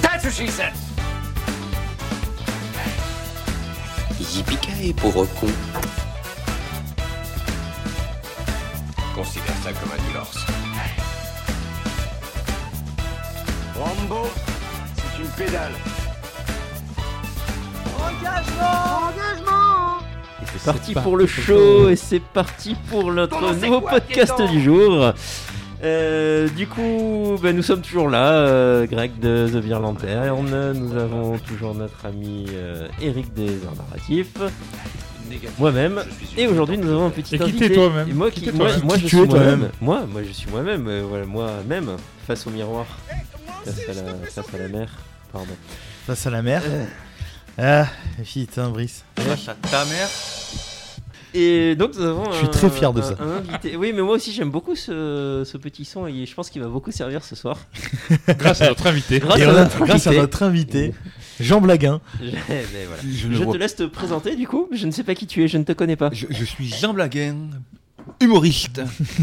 That's what she said Yippee pauvre con. Considère ça comme un divorce. Rambo, c'est une pédale. Engagement Engagement et c'est parti pour le show et c'est parti pour notre nouveau podcast du jour. Euh, du coup, ben, nous sommes toujours là, euh, Greg de The Beer Lantern. Nous avons toujours notre ami euh, Eric des Narratifs. Moi-même. Bah, Et aujourd'hui, nous avons un petit Et qui invité. t'es toi-même Et moi, Qui qui, t'es moi, toi-même moi, Qui je tu suis es toi-même moi-même. Moi, moi, je suis moi-même. euh, voilà, moi-même, face au miroir, face à la, face à la mer. Pardon. Face à la mer. Euh. Ah, putain, Brice. Vache à ta mère. Et donc nous avons. Je suis un- très fier de un- ça. un invité. Oui, mais moi aussi j'aime beaucoup ce, ce petit son et je pense qu'il va beaucoup servir ce soir. Grâce à notre invité. grâce, Et à on a- notre grâce à invité. notre invité, Jean Blaguin. Je, mais voilà. Je je, ne vois- te laisse te présenter du coup. Je ne sais pas qui tu es, je ne te connais pas. Je, suis Jean Blaguin, humoriste.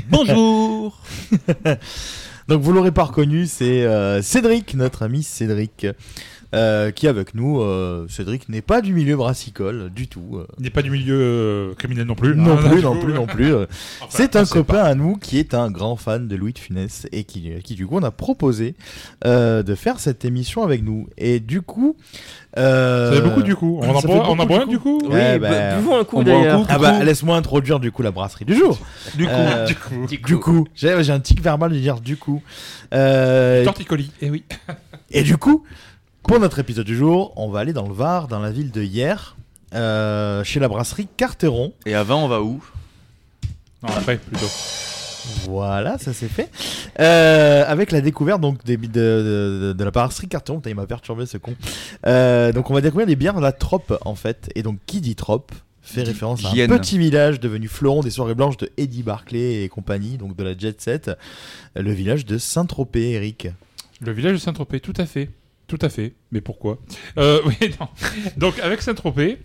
Bonjour Donc vous l'aurez pas reconnu, c'est euh, Cédric, notre ami Cédric, euh, qui est avec nous. Euh, Cédric n'est pas du milieu brassicole du tout. euh, Il n'est pas du milieu euh, criminel non plus. Non Ah, plus, du non coup, plus, euh, non plus. euh, enfin, C'est on un sait copain à nous qui est un grand fan de Louis de Funès et qui, euh, qui du coup, on a proposé euh, de faire cette émission avec nous. Et du coup. euh, Ça fait beaucoup du coup. On en ça boit- fait beaucoup on en boit un du coup Oui, Eh bah, ben, buvons un coup, on boit d'ailleurs. Ah Du bah, coup. laisse-moi introduire du coup la brasserie du jour. Du coup, Euh, du coup. Du coup, Du coup, j'ai j'ai un tic verbal de dire du coup. Euh, Torticolis, eh oui. et du coup, pour notre épisode du jour, on va aller dans le Var, dans la ville de hier, euh, chez la brasserie Carteron. Et avant, on va où Non, après, plutôt. Voilà, ça c'est fait. Euh, avec la découverte donc des, bi- de, de, de- de la brasserie Carton, Putain, il m'a perturbé ce con. Euh, donc on va découvrir des bières de la Troppe en fait. Et donc qui dit Troppe fait référence à un Gienne. petit village devenu fleuron des soirées blanches de Eddie Barclay et compagnie, donc de la Jet Set, le village de Saint-Tropez, Eric. Le village de Saint-Tropez, tout à fait. Tout à fait. Mais pourquoi Euh, Oui, non. Donc, avec Saint-Tropez,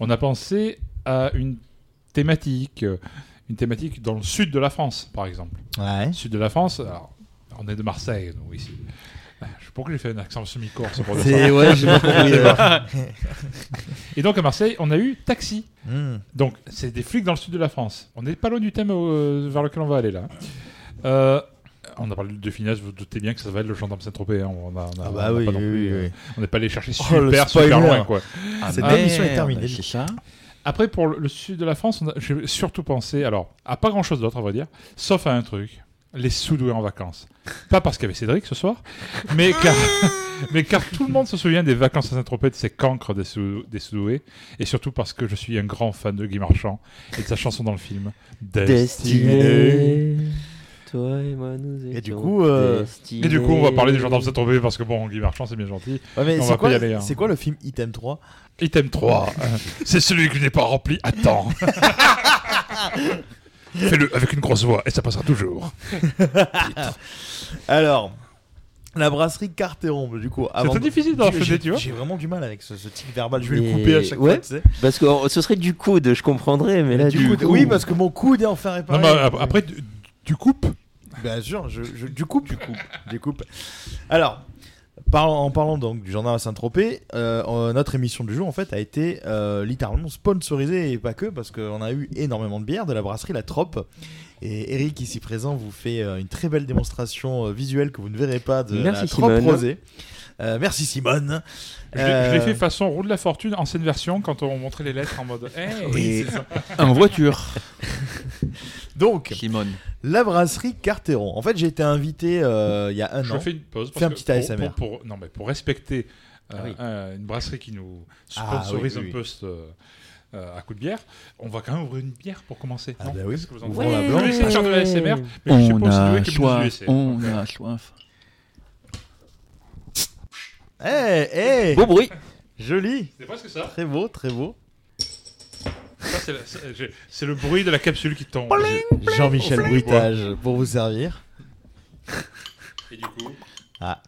on a pensé à une thématique. euh, Une thématique dans le sud de la France, par exemple. Ouais. Sud de la France, alors, on est de Marseille, nous, ici. Ah, je sais pas Pourquoi j'ai fait un accent semi-corse pour dire ça. C'est ouais, j'ai pas compris. euh. Ah, Et donc, à Marseille, on a eu taxi. Hmm. Donc, c'est des flics dans le sud de la France. On n'est pas loin du thème euh, vers lequel on va aller là. Euh, on a parlé de finesse, vous vous doutez bien que ça va être le gendarme Saint-Tropez. hein. On a- on a- Ah on bah a oui, pas non oui, plus, oui, euh, oui. on n'est pas allé chercher Oh, le super, super spoiler. loin quoi. Ah, euh, Cette merde, émission est terminée. C'est ça. Après, pour le le sud de la France, on a- j'ai surtout pensé, alors, à pas grand chose d'autre, à vrai dire, sauf à un truc les soudoués en vacances. Pas parce qu'il y avait Cédric ce soir, mais car, mais car tout le monde se souvient des vacances à Saint-Tropez, de ces cancres des, sou- des soudoués, et surtout parce que je suis un grand fan de Guy Marchand et de sa chanson dans le film Destinée. Destiné. Toi et moi nous étions. Et du coup, euh, destinés. Et du coup, on va parler des gendarmes Saint-Tropez parce que bon, Guy Marchand, c'est bien gentil. Ouais, mais On c'est va quoi, pas y aller, hein. c'est quoi le film Item 3 Item 3, euh, c'est celui que je n'ai pas rempli. Attends. Fais-le avec une grosse voix et ça passera toujours. Alors, la brasserie Carteron, du coup. avant très de- difficile d'en J'ai- faire j'ai- des, tu vois. J'ai vraiment du mal avec ce, ce tic verbal. Je vais Mais- le couper à chaque ouais. fois, tu sais. Parce que oh, ce serait du coude, je comprendrais, mais là Du coude. Oui, parce que mon coude est enfin Non, réparé. mais ap- après, tu, tu coupes. Bien sûr, je, je- du coup, du coup, du coup. Alors, par- en parlant donc du gendarme à Saint-Tropez, euh, euh, notre émission du jour en fait a été euh, littéralement sponsorisée et pas que parce qu'on a eu énormément de bières de la brasserie La Troppe. Et Eric ici présent vous fait euh, une très belle démonstration euh, visuelle que vous ne verrez pas de Merci, la Troppe Simone. rosée. Euh, merci Simone. Je l'ai- je l'ai Euh, fait façon roue de la fortune, ancienne version, quand on montrait les lettres en mode. eh, Hey, Et ah, en voiture. Donc, Simone. la brasserie Carteron. En fait, j'ai été invité euh, il y a un Je an. fais une pause. Parce Fais un que petit pour- ASMR. Pour, pour- non, mais pour respecter euh, Ah oui. euh, une brasserie qui nous Ah, sponsorise oui, oui, un peu ce, euh, à coup de bière, on va quand même ouvrir une bière pour commencer. Ah non bah oui. Qu'est-ce que vous en Ouvrons pensez la Je blanche. vais essayer de faire de l'ASMR, mais je sais On pas aussi doué a que Bruce soif. Willis est. On a soif. Eh, eh Beau bruit Joli C'est presque ça. Très beau, très beau. Ça, c'est la- c'est- j'ai- C'est le bruit de la capsule qui tombe. Jean-Michel Pling. Bruitage pour vous servir. Et du coup, Ah.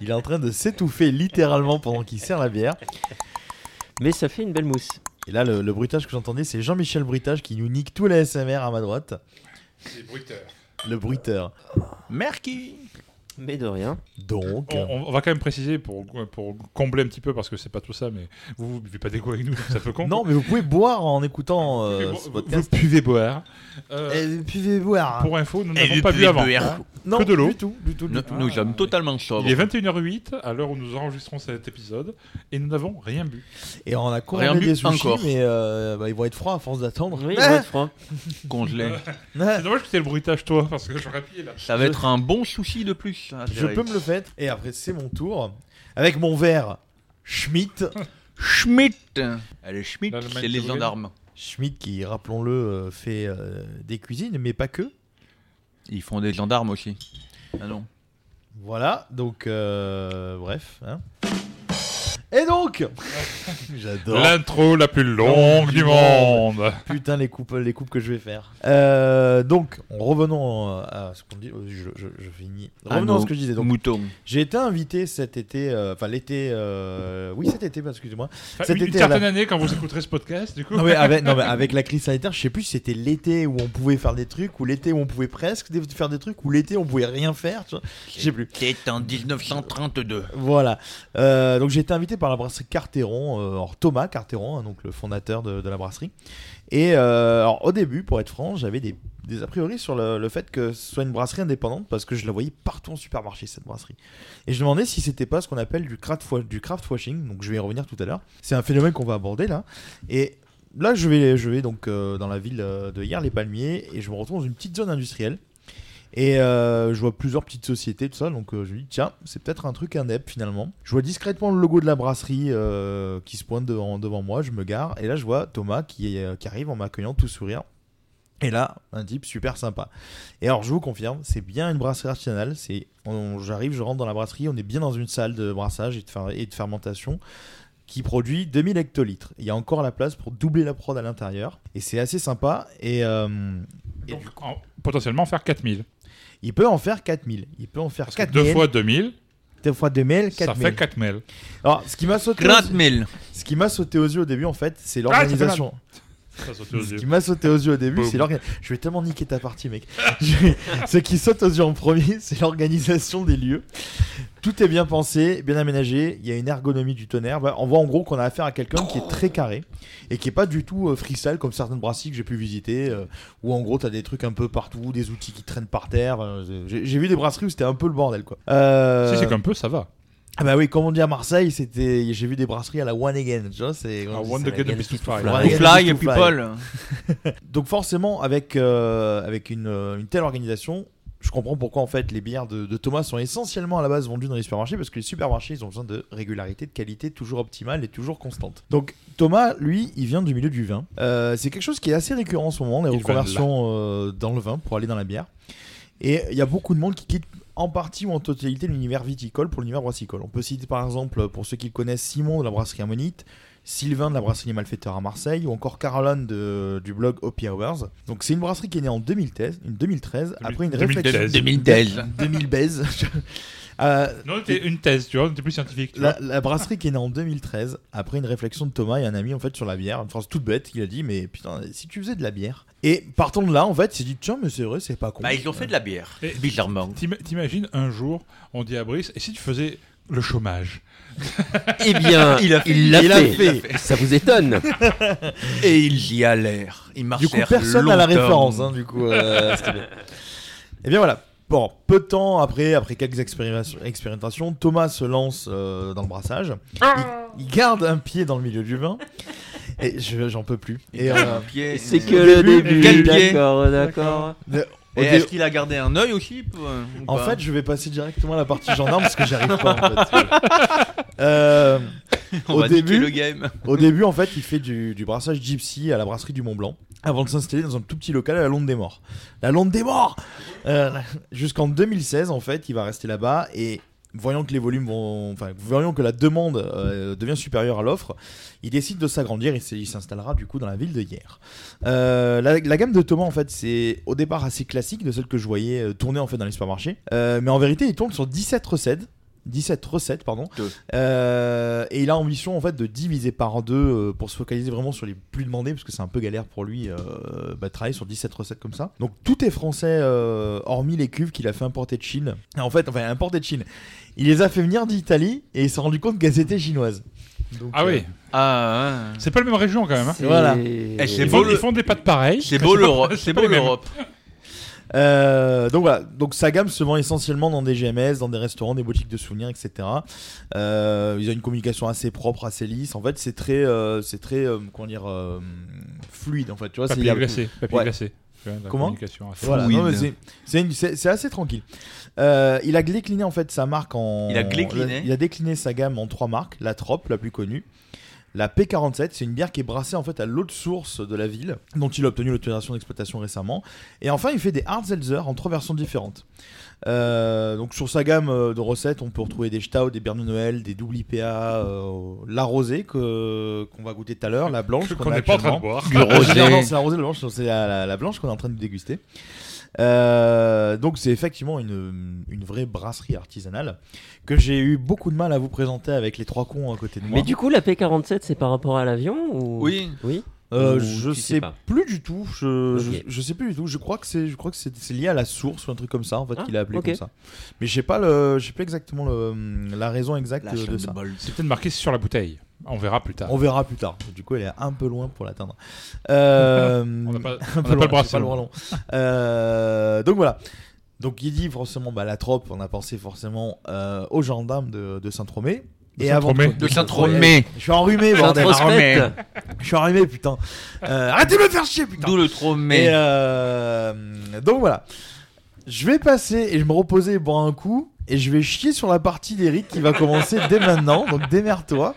Il est en train de s'étouffer littéralement pendant qu'il sert la bière. Mais ça fait une belle mousse. Et là, le, le bruitage que j'entendais, c'est Jean-Michel Bruitage qui nous nique tous les SMR à ma droite. c'est bruiteur. Le bruiteur. Merci Mais de rien. Donc. euh, On, on- on va quand même préciser pour, pour combler un petit peu parce que c'est pas tout ça, mais vous, vous buvez pas des coups avec nous, donc ça peut con. Non, mais vous pouvez boire en écoutant euh, Vous- ce vous- podcast. Euh, Eh, vous buvez boire. Ah. vous buvez boire. Pour info, nous Et n'avons vous pas bu buvez avant. boire. Hein. Non, que de l'eau. du tout, du tout, du Nous- tout. nous sommes totalement sobres. Il est 21h08 à l'heure où nous enregistrons cet épisode et nous n'avons rien bu. Et on a Rien commandé bu des sushis, encore. mais euh, bah, ils vont être froids à force d'attendre. Oui, Ah franc. Congelé. C'est dommage que t'aies le bruitage toi parce que j'aurais plié là. Ça va être un bon souci de plus. hein, Je Thierry. peux me le faire. Et après, c'est mon tour. Avec mon verre Schmidt. Schmidt. Allez, Schmidt, L'Allemagne c'est les tyrolienne. gendarmes. Schmidt qui, rappelons-le, euh, fait euh, des cuisines, mais pas que. Ils font des gendarmes aussi. Ah non. Voilà, donc euh, bref. hein. Et donc J'adore. L'intro la plus longue du monde. Putain, les coupes, les coupes que je vais faire. Euh, donc, revenons euh, à ce qu'on dit. Je, je- je finis. Ah, À Revenons à nos ce que je disais. Donc, moutons. J'ai été invité cet été, euh, enfin l'été, euh, oui cet été, bah, excusez-moi. Enfin, Cet une une été Ah à la- certaine année quand vous écouterez ce podcast, du coup. Non mais, avec, non, mais avec la crise sanitaire, je sais plus si c'était l'été où on pouvait faire des trucs, ou l'été où on pouvait presque dé- faire des trucs, ou l'été où on pouvait rien faire, tu vois. Je sais plus. C'est en 1932. Voilà. Euh, donc j'ai été invité par la brasserie Carteron, euh, alors Thomas Carteron, hein, donc le fondateur de, de la brasserie. Et euh, alors, au début, pour être franc, j'avais des, des a priori sur le, le fait que ce soit une brasserie indépendante parce que je la voyais partout en supermarché cette brasserie. Et je me demandais si c'était pas ce qu'on appelle du craft, wa- du craft washing. Donc je vais y revenir tout à l'heure. C'est un phénomène qu'on va aborder là. Et là, je vais, je vais donc euh, dans la ville euh, de hier les Palmiers et je me retrouve dans une petite zone industrielle. Et euh, je vois plusieurs petites sociétés, tout ça. Donc euh, je me dis, tiens, c'est peut-être un truc indep finalement. Je vois discrètement le logo de la brasserie euh, qui se pointe devant, devant moi. Je me gare. Et là, je vois Thomas qui, est- qui arrive en m'accueillant tout souriant. Et là, un type super sympa. Et alors, je vous confirme, c'est bien une brasserie artisanale. C'est, on- j'arrive, je rentre dans la brasserie, on est bien dans une salle de brassage et de, fer- et de fermentation qui produit 2000 hectolitres. Il y a encore la place pour doubler la prod à l'intérieur. Et c'est assez sympa. Et, euh, et Donc, en- potentiellement faire 4000. il peut en faire 4000. Il peut en faire Parce que 4000. deux fois 2000, Deux fois 2000, ça 4000. fait 4000. Alors, ce qui m'a sauté, aux... 4000. ce qui m'a sauté aux yeux au début, en fait, c'est Ah, ça fait l'organisation. Ça saute aux Ce yeux. qui m'a sauté aux yeux au début, Boum. c'est l'organisation. Je vais tellement niquer ta partie, mec. Je- ce qui saute aux yeux en premier, c'est l'organisation des lieux. Tout est bien pensé, bien aménagé. Il y a une ergonomie du tonnerre. Bah, on voit en gros qu'on a affaire à quelqu'un qui est très carré et qui est pas du tout euh, freestyle comme certaines brasseries que j'ai pu visiter, euh, où en gros t'as des trucs un peu partout, des outils qui traînent par terre. Enfin, j'ai j'ai vu des brasseries où c'était un peu le bordel, quoi. Euh, Si c'est comme peu, ça va. ah bah oui, comme on dit à Marseille, c'était j'ai vu des brasseries à la One Again, tu vois, c'est Ah, on dit, One c'est la Again, galère. Peace to Fly. One To Again, fly, Peace to people. Donc forcément avec euh, avec une, euh, une telle organisation, je comprends pourquoi en fait les bières de, de Thomas sont essentiellement à la base vendues dans les supermarchés parce que les supermarchés ils ont besoin de régularité, de qualité toujours optimale et toujours constante. Donc Thomas, lui, il vient du milieu du vin. Euh, c'est quelque chose qui est assez récurrent en ce moment, les Ils reconversions euh, dans le vin pour aller dans la bière. Et il y a beaucoup de monde qui quitte en partie ou en totalité l'univers viticole pour l'univers brassicole. On peut citer par exemple, pour ceux qui le connaissent, Simon de la brasserie Ammonite, Sylvain de la brasserie Les Malfaiteurs à Marseille ou encore Caroline de- du blog Hopi Hours. Donc c'est une brasserie qui est née en 2013, une 2013 après une 2013. réflexion. 2013. 2013. Euh, Non, t'es une thèse, tu vois, t'es plus scientifique. tu la, vois. la brasserie qui est née en 2013, après une réflexion de Thomas et un ami en fait sur la bière, une phrase toute bête, il a dit mais putain si tu faisais de la bière. Et partant de là en fait, il s'est dit tiens mais c'est vrai c'est pas con. Bah, ils ont fait de la bière. Et- Bizarrement. T'im- T'imagines un jour, on dit à Brice, et si tu faisais le chômage Eh bien, il Il l'a a fait. fait. Il a Ça vous étonne Et ils y allèrent. Ils Du marchèrent coup personne n'a longtemps. la référence hein, du coup. euh, c'était bien. et bien voilà. Bon, peu de temps après, après quelques expérimentations- expérimentations, Thomas se lance euh, dans le brassage. Il, il garde un pied dans le milieu du vin. Et je- j'en peux plus. Et, euh, Pied. C'est que le début. Quel pied D'accord, d'accord. au Et dé- est-ce qu'il a gardé un œil aussi pour- ou En pas fait, je vais passer directement à la partie gendarme parce que j'arrive pas. En fait. Euh, On au va niquer début, le game. au début, en fait, il fait du, du brassage gypsy à la brasserie du Mont Blanc avant de s'installer dans un tout petit local à la Londe des Morts. La Londe des Morts Euh, Jusqu'en 2016, en fait, il va rester là-bas et voyant que les volumes vont, enfin, voyant que la demande euh, devient supérieure à l'offre, il décide de s'agrandir et s- il s'installera du coup dans la ville de Hier. Euh, la, la gamme de Thomas, en fait, c'est au départ assez classique de celle que je voyais euh, tourner en fait dans les supermarchés, Euh, mais en vérité, il tourne sur 17 recettes. 17 recettes, pardon. Euh, et il a ambition en fait de diviser par deux euh, pour se focaliser vraiment sur les plus demandés parce que c'est un peu galère pour lui euh, bah, travailler sur 17 recettes comme ça. Donc tout est français euh, hormis les cuves qu'il a fait importer de Chine. Ah, En fait, enfin importer de Chine. Il les a fait venir d'Italie et il s'est rendu compte qu'elles étaient chinoises. Donc, Ah oui. euh, ah, C'est pas la même région quand même. hein. C'est- Voilà. Ils, Eh, c'est font, beau le- ils font des pâtes pareilles. C'est mais beau pas- l'Europe. C'est pas beau les mêmes. l'Europe. Euh, donc voilà, donc sa gamme se vend essentiellement dans des GMS, dans des restaurants, des boutiques de souvenirs, etc. Euh, ils ont une communication assez propre, assez lisse. En fait, c'est très, euh, c'est très, euh, comment dire, euh, fluide. En fait, tu vois, Papier c'est il y a- glacé, papier Ouais. glacé. Tu vois, la Comment communication assez Voilà, non, mais fluide. c'est- c'est une- c'est c'est assez tranquille. Euh, il a décliné en fait sa marque en. Il a décliné Il a décliné sa gamme en trois marques. La Trop, la plus connue. La P47, c'est une bière qui est brassée en fait à l'eau de source de la ville, dont il a obtenu l'autorisation d'exploitation récemment. Et enfin, il fait des hard seltzer en trois versions différentes. Euh, donc sur sa gamme euh, de recettes, on peut retrouver des Stout, des bières de Noël, des double IPA, euh, la rosée que qu'on va goûter tout à l'heure, la blanche qu'on a n'est pas en train de actuellement. boire. Le rosé. Non, non, c'est la rosée, la blanche, c'est la, la- la blanche qu'on est en train de déguster. Euh, donc c'est effectivement une, une vraie brasserie artisanale que j'ai eu beaucoup de mal à vous présenter avec les trois cons à côté de moi. Mais du coup, la P47, c'est par rapport à l'avion ou... Oui. Oui. Euh, Ou je tu sais, plus du tout. Je, je- Ok. je sais plus du tout. Je crois que c'est, je crois que c'est, c'est lié à la source ou un truc comme ça en fait Ah, qu'il a appelé ok. comme ça. Mais je sais pas le, je sais pas exactement le- la raison exacte de, de ça. C'est peut-être marqué sur la bouteille. On verra plus tard. On verra plus tard. Du coup, elle est un peu loin pour l'atteindre. Euh, On n'a pas- un on peu n'a pas le loin, bras c'est pas assez le bras long. long. Euh, donc voilà. Donc il dit forcément bah, la trope. On a pensé forcément euh, aux gendarmes de, de Saint-Tropez. De Et avant- Saint-Tropez. De Saint-Tropez. Je suis enrhumé, bordel. Saint-Tropez. Je suis enrhumé, putain. Euh, arrêtez de me faire chier, putain. D'où le Tromé. Et, euh, donc voilà. Je vais passer et je me reposer boire un coup. Et je vais chier sur la partie d'Eric qui va commencer dès maintenant. Donc démerde-toi.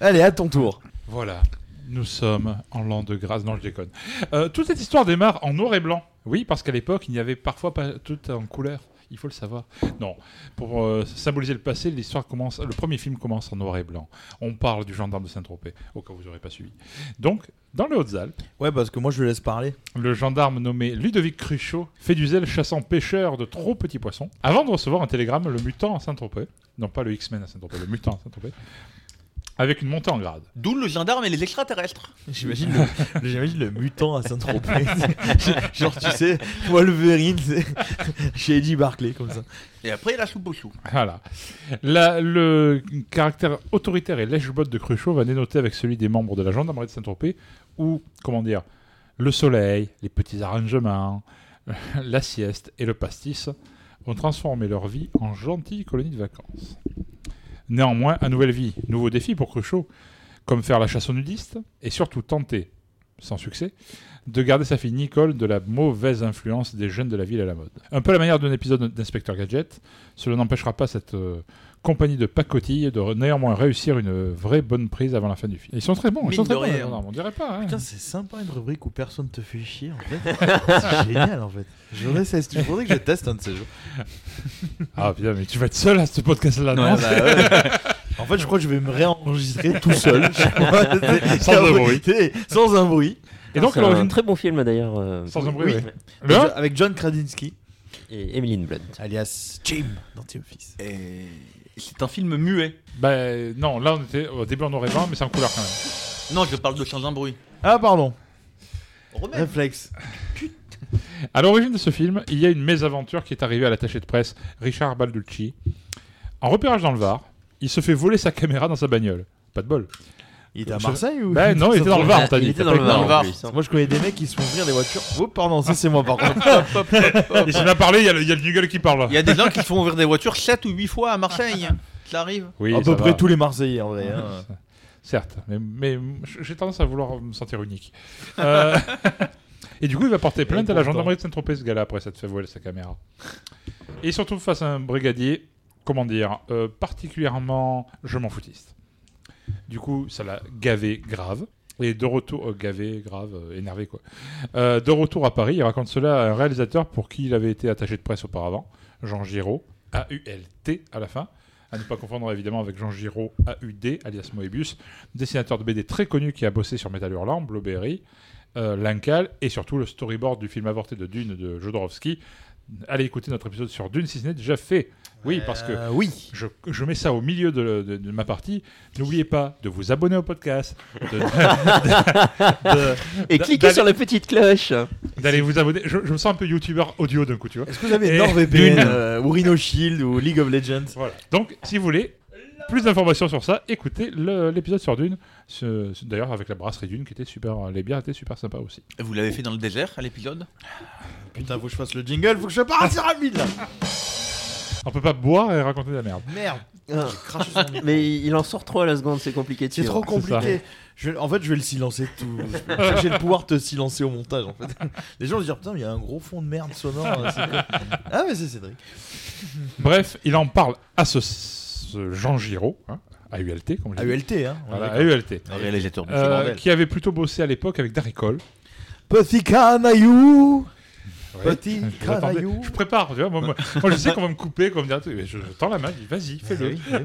Allez, à ton tour. Voilà. Nous sommes en l'an de grâce. Non, je déconne. Euh, toute cette histoire démarre en noir et blanc. Oui, parce qu'à l'époque, il n'y avait parfois pas tout en couleur. Il faut le savoir. Non, pour euh, symboliser le passé, l'histoire commence. Le premier film commence en noir et blanc. On parle du gendarme de Saint-Tropez, au cas où vous n'aurez pas suivi. Donc, dans les Hautes-Alpes. Ouais, parce que moi, je laisse parler. Le gendarme nommé Ludovic Cruchot fait du zèle chassant pêcheurs de trop petits poissons. Avant de recevoir un télégramme, le mutant à Saint-Tropez, non pas le X-Men à Saint-Tropez, le mutant à Saint-Tropez, avec une montée en grade. D'où le gendarme et les extraterrestres. J'imagine le, j'imagine le mutant à Saint-Tropez. Genre, tu sais, Wolverine, c'est- chez Eddie Barclay, comme ça. Et après, la soupe au chou. Voilà. La- le caractère autoritaire et lèche-botte de Cruchot va dénoter avec celui des membres de la gendarmerie de Saint-Tropez, où, comment dire, le soleil, les petits arrangements, la sieste et le pastis ont transformé leur vie en gentille colonie de vacances. Néanmoins, à nouvelle vie, nouveau défi pour Cruchot, comme faire la chasse aux nudistes, et surtout tenter, sans succès, de garder sa fille Nicole de la mauvaise influence des jeunes de la ville à la mode. Un peu à la manière d'un épisode d'Inspecteur Gadget, cela n'empêchera pas cette euh, compagnie de pacotille de re- néanmoins réussir une vraie bonne prise avant la fin du film. Ils sont très bons, ils sont très bons. hein. les gendarmes, Ah, on dirait pas. Putain, c'est sympa une rubrique où personne te fait chier en fait. c'est génial en fait. Je réessaye. Il faudrait que je teste un de ces jours. Ah putain, mais tu vas être seul à ce podcast-là, non Ouais, bah ouais. En fait, je crois que je vais me réenregistrer tout seul. Sans un un bruit. Sans un bruit. Et donc, C'est un l'origine- très bon film d'ailleurs. euh, Sans un bruit, ouais. Avec Le- Jo- Avec John Krasinski. Et Emmeline Blunt. Alias Jim dans The Office. Et c'est un film muet. Bah non, là on était au début en noir et blanc, mais c'est en couleur quand même. Non, je parle de change un bruit. Ah, pardon. Remets. Réflexe. À l'origine de ce film, il y a une mésaventure qui est arrivée à l'attaché de presse Richard Balducci. En repérage dans le Var, il se fait voler sa caméra dans sa bagnole. Pas de bol. Il était à Marseille ou Bah non, il était dans le Var, on t'a dit. Ben Il était dans T'as pas le été Var. en plus. hein. Moi, je connais des mecs qui se font ouvrir des voitures. Oh, pardon, ça c'est moi par contre. Et s'il a parlé, il y a le- il y a le Google qui parle. Il y a des gens qui font ouvrir des voitures 7 ou 8 fois à Marseille. Ça arrive. Oui, à ça peu près va. tous les Marseillais en vrai. euh, hein. Certes, mais, mais j'ai tendance à vouloir me sentir unique. Euh, et du coup, il va porter plainte Et à la pourtant. gendarmerie de Saint-Tropez, ce gars-là, après s'être fait voler sa caméra. Et surtout face à un brigadier, comment dire, euh, particulièrement je m'en foutiste. Du coup, ça l'a gavé grave. Et de retour, euh, gavé, grave, euh, énervé quoi. Euh, de retour à Paris, il raconte cela à un réalisateur pour qui il avait été attaché de presse auparavant, Jean Giraud, A-U-L-T à la fin. À ne pas confondre évidemment avec Jean Giraud, A-U-D, alias Moebius, dessinateur de BD très connu qui a bossé sur Metal Hurlant, Blueberry, euh, Lincal et surtout le storyboard du film avorté de Dune de Jodorowsky. Allez écouter notre épisode sur Dune si ce n'est déjà fait. Oui, parce que Euh, oui. je, je mets ça au milieu de, de- de ma partie. N'oubliez pas de vous abonner au podcast. de- de- de- Et d'a- cliquez sur d'aller- la petite cloche. D'aller vous abonner. Je, je me sens un peu youtubeur audio d'un coup, tu vois. Est-ce que vous avez Et- NordVPN Dune. euh, ou Rhino Shield ou League of Legends Voilà. Donc, si vous voulez plus d'informations sur ça, écoutez le- l'épisode sur Dune. Ce- ce- D'ailleurs, avec la brasserie Dune, qui était super. Les bières étaient super sympas aussi. Vous l'avez fait dans le désert à l'épisode Putain, faut que je fasse le jingle, faut que je parte c'est rapide là On peut pas boire et raconter de la merde. Merde Ah. J'ai craché sur mon micro. Mais il en sort trop à la seconde, c'est compliqué de C'est suivre. trop compliqué. Je vais- en fait, je vais le silencer tout. je- J'ai le pouvoir de te silencer au montage. En fait. Les gens vont se dire Putain, mais il y a un gros fond de merde sonore. hein, c'est quoi ah, mais c'est Cédric. Bref, il en parle à ce, ce Jean Giraud, hein, AULT, comme j'ai dit. AULT, hein, on est Voilà, d'accord. AULT. Un réalisateur du Euh, film, bordel. qui avait plutôt bossé à l'époque avec Darry Cole. Petit canaillou Ouais. Petit Je l'attendais. canaillou Je prépare, tu vois, moi, moi- moi, je sais qu'on va me couper, qu'on va me dire un truc, mais je, je tends la main, je dis vas-y, fais-le. oui, oui.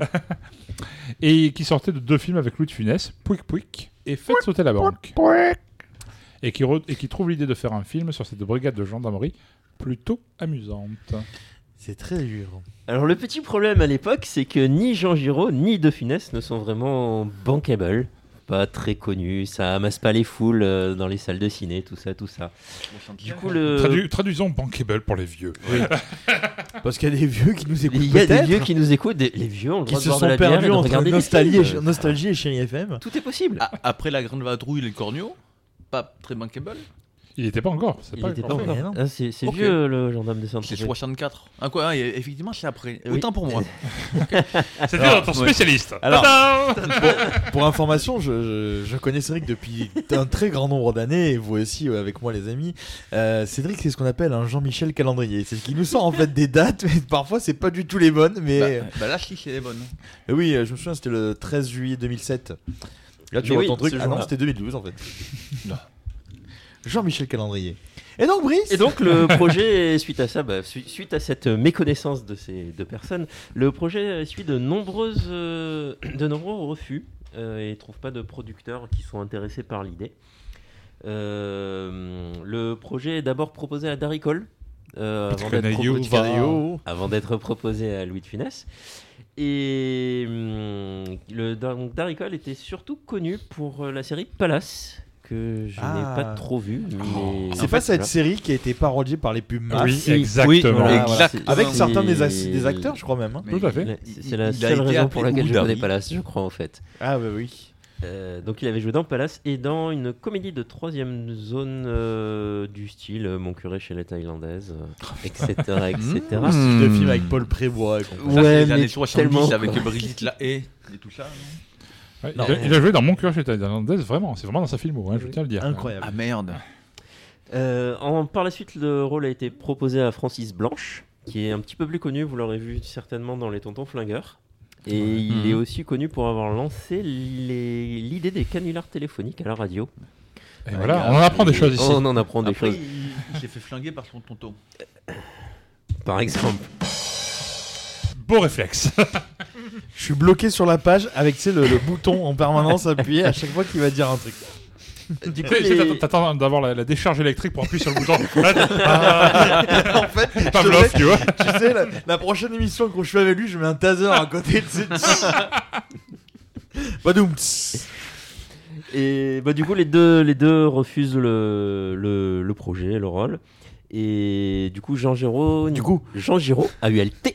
et qui sortait de deux films avec Louis de Funès, Pouic Pouic et Faites sauter la banque. Et qui, re- et qui trouve l'idée de faire un film sur cette brigade de gendarmerie plutôt amusante. C'est très dur. Alors le petit problème à l'époque, c'est que ni Jean Giraud ni De Funès ne sont vraiment bankable, pas très connus, ça amasse pas les foules euh, dans les salles de ciné, tout ça, tout ça. Du coup le Tradu- traduisons bankable pour les vieux. Parce qu'il y a des vieux qui nous écoutent. il y a des peut-être, vieux qui nous écoutent, des- les vieux ont le qui droit de se boire de sont la bière et perdus de entre regarder des nostalgie films. et, nostalgie et Chérie FM. Tout est possible. Ah, Après la grande vadrouille et le cornio Pas très bankable Il n'était pas encore. c'est Il pas était pas encore fait. encore. non. Ah, c'est c'est Ok. vieux le gendarme de saint C'est 64. Ah quoi, ah, et- effectivement, c'est après. Oui. Autant pour moi. C'était Alors, notre ouais. spécialiste. Alors, Tadam pour, pour information, je, je- je connais Cédric depuis un très grand nombre d'années, et vous aussi euh, avec moi, les amis. Euh, Cédric, c'est ce qu'on appelle un Jean-Michel calendrier. C'est qu'il nous sort en fait des dates, mais parfois c'est pas du tout les bonnes. Mais euh, Bah, bah là, si, c'est les bonnes. mais oui, euh, je me souviens, c'était le 13 juillet 2007. Là, tu Mais vois oui, ton truc. ce Ah non, jour-là. c'était 2012 en fait. Jean-Michel calendrier. Et donc, Brice Et donc le projet, suite à ça, bah, su- suite à cette méconnaissance de ces deux personnes, le projet suit de nombreuses, euh, de nombreux refus euh, et ne trouve pas de producteurs qui sont intéressés par l'idée. Euh, le projet est d'abord proposé à Darry Cole euh, avant d'être Canaillot, proposé- oh. va. avant d'être proposé à Louis de Funès. Et hum, le, donc Darry Cole était surtout connu pour euh, la série Palace que je Ah. Oh. n'ai pas trop vue. mais- C'est pas en fait, cette voilà. série qui a été parodiée par les pubs Oui, si. exactement. Voilà, Exactement. voilà. Exactement. Avec C'est- certains des, ac- des acteurs, je crois même. hein. Tout à fait. Ouais, Il- C'est la il a seule été raison appelé pour laquelle je Oudari. connais Palace, je crois en fait. Ah bah oui. Euh, donc il avait joué dans Palace et dans une comédie de troisième zone euh, du style euh, Mon curé chez les Thaïlandaises, euh, etc. etc. Mmh. Style de film avec Paul Prébois. et compagnie. Ça, Ouais, c'est les années mais tellement, 70 avec quoi. Brigitte Lahaye et tout ça. non Ouais, il, a, il a joué dans Mon cœur chez Thaïlandaise, vraiment. C'est vraiment dans sa filmo, hein, je tiens à le dire. Incroyable. Ah merde. Euh, en- par la suite, le rôle a été proposé à Francis Blanche, qui est un petit peu plus connu, vous l'aurez vu certainement dans Les Tontons Flingueurs. Et il est aussi connu pour avoir lancé les- l'idée des canulars téléphoniques à la radio. Et voilà, Ah, on en apprend des choses ici. On en apprend des Après, choses, il, il s'est fait flinguer par son tonton. par exemple. Beau réflexe. Je suis bloqué sur la page avec tu sais, le, le bouton en permanence appuyé à chaque fois qu'il va dire un truc. Du coup, Tu sais, les- t'attends- T'attends d'avoir la, la décharge électrique pour appuyer sur le bouton. Là, t'es- ah, en fait, je Pavlov, mets- tu vois. tu sais, la, la prochaine émission que je fais avec lui, je mets un taser à côté de Badoum. tss. Et bah, du coup, les deux, les deux refusent le, le, le projet, le rôle. Et du coup, Jean Giraud, Du coup. Jean Giraud, AULT,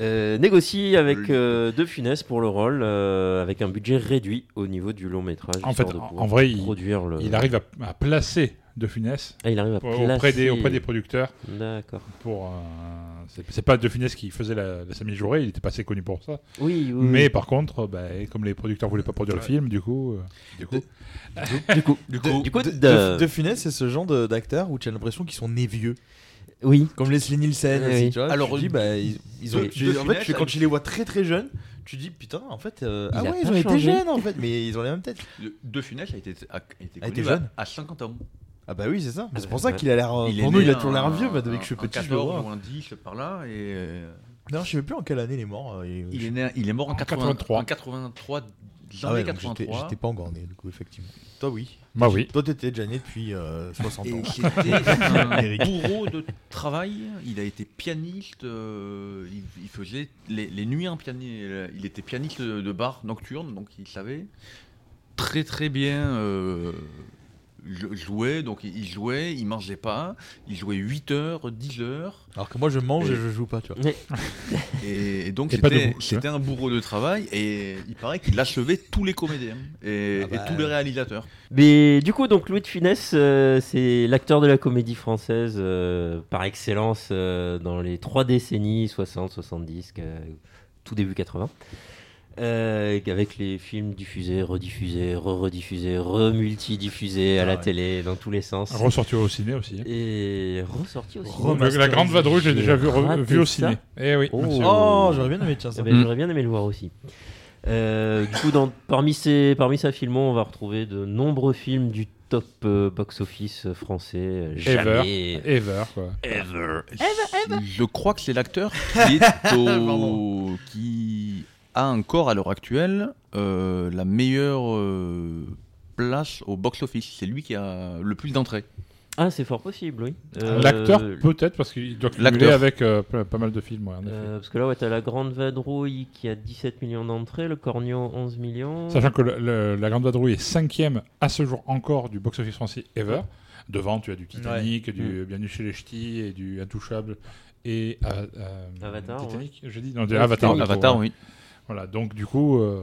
euh, négocie avec Le- euh, De Funès pour le rôle, euh, avec un budget réduit au niveau du long métrage. En histoire fait, de en- pouvoir en vrai, il- produire le... Il arrive à, à placer De Funès Ah, il arrive Euh. à auprès des, placer- auprès des producteurs D'accord. pour. euh, c'est c'est pas De Funès qui faisait la, la Samy Jouré, il était pas assez connu pour ça. Oui, oui. Mais par contre, bah, comme les producteurs voulaient pas produire le film, du coup, euh, du coup, du coup, Du de, coup, du coup, De, de- de Funès, c'est ce genre de- d'acteur où tu as l'impression qu'ils sont nés vieux. Oui. Comme Leslie Nielsen. Oui, aussi, oui. tu vois, Alors, tu dis, bah, ils, ils ont. oui. tu- Deux en lunettes, fait, tu- quand avec- tu les vois très très jeunes, tu dis putain, en fait, euh, Il ah a ouais, pas ils ont été changé. jeunes en fait, mais ils ont les mêmes têtes. De Funès a été, a, été A connu été à- Ah, jeune. à 50 ans. Ah bah oui, c'est ça. Ah c'est bah, pour ça ouais. qu'il a l'air. euh, Il est Pour nous, né il a toujours en- l'air vieux. Bah, depuis que je suis en petit, je le 14 vois. ou en 10 par là. Et euh, Non, je sais plus en quelle année il est mort. euh, il, est né- il est mort en, 80 83. En 83, Ah janvier ouais, donc j'étais 83. j'étais pas encore né, du coup, effectivement. Toi, oui. Bah oui. Toi, t'étais déjà né depuis euh, 60 ans. Et c'était un Eric. bourreau de travail. Il a été pianiste. euh, il, il faisait les, les nuits en pianiste. Il était pianiste de, de bar nocturne, donc il savait très très bien euh, jo- jouer. Donc il jouait, il mangeait pas. Il jouait 8 heures, 10 heures. Alors que moi, je mange et je joue pas, tu vois. Et, et donc Et pas hein. c'était debout, tu c'était un bourreau de travail. Et il paraît qu'il achevait tous les comédiens Ah et, bah. et tous les réalisateurs. Mais du coup, donc Louis de Funès, euh, c'est l'acteur de la comédie française euh, par excellence euh, dans les trois décennies 60, 70, que- tout début 80. Euh, avec les films diffusés, rediffusés, re-rediffusés, re-multidiffusés à Ah la ouais. télé, dans tous les sens. Ressorti au ciné aussi. hein. Et ressorti au ciné. Remasterisé. La Grande Vadrouille, j'ai déjà vu- re- raté vu au Ah, ça. ciné. Eh oui, Oh, monsieur. Oh, j'aurais bien aimé, tiens, ça. Eh ben, Mm. J'aurais bien aimé le voir aussi. Euh, du coup, dans, parmi, ces, parmi sa filmo, on va retrouver de nombreux films du top euh, box-office français. euh, Jamais. Ever. Ever, quoi. Ever. Je crois que c'est l'acteur qui, est au- qui a encore à l'heure actuelle euh, la meilleure euh, place au box-office. C'est lui qui a le plus d'entrées. Ah, c'est fort possible, oui. Euh, Ah, L'acteur, peut-être, parce qu'il doit cumuler l'acteur. avec euh, pas pas mal de films. ouais, en effet. euh, parce que là, ouais, t'as la Grande Vadrouille qui a 17 millions d'entrées, le Cornion 11 millions. Sachant que le- le- la Grande Vadrouille est cinquième à ce jour encore du box-office français ever. Devant, tu as du Titanic, du Bienvenue chez les Ch'tis et du Intouchable et euh, euh, Avatar, Titanic, ouais. j'ai dit non, Ouais, des Avatar. Ah, Avatar, plutôt, hein. oui. Voilà, donc du coup, euh,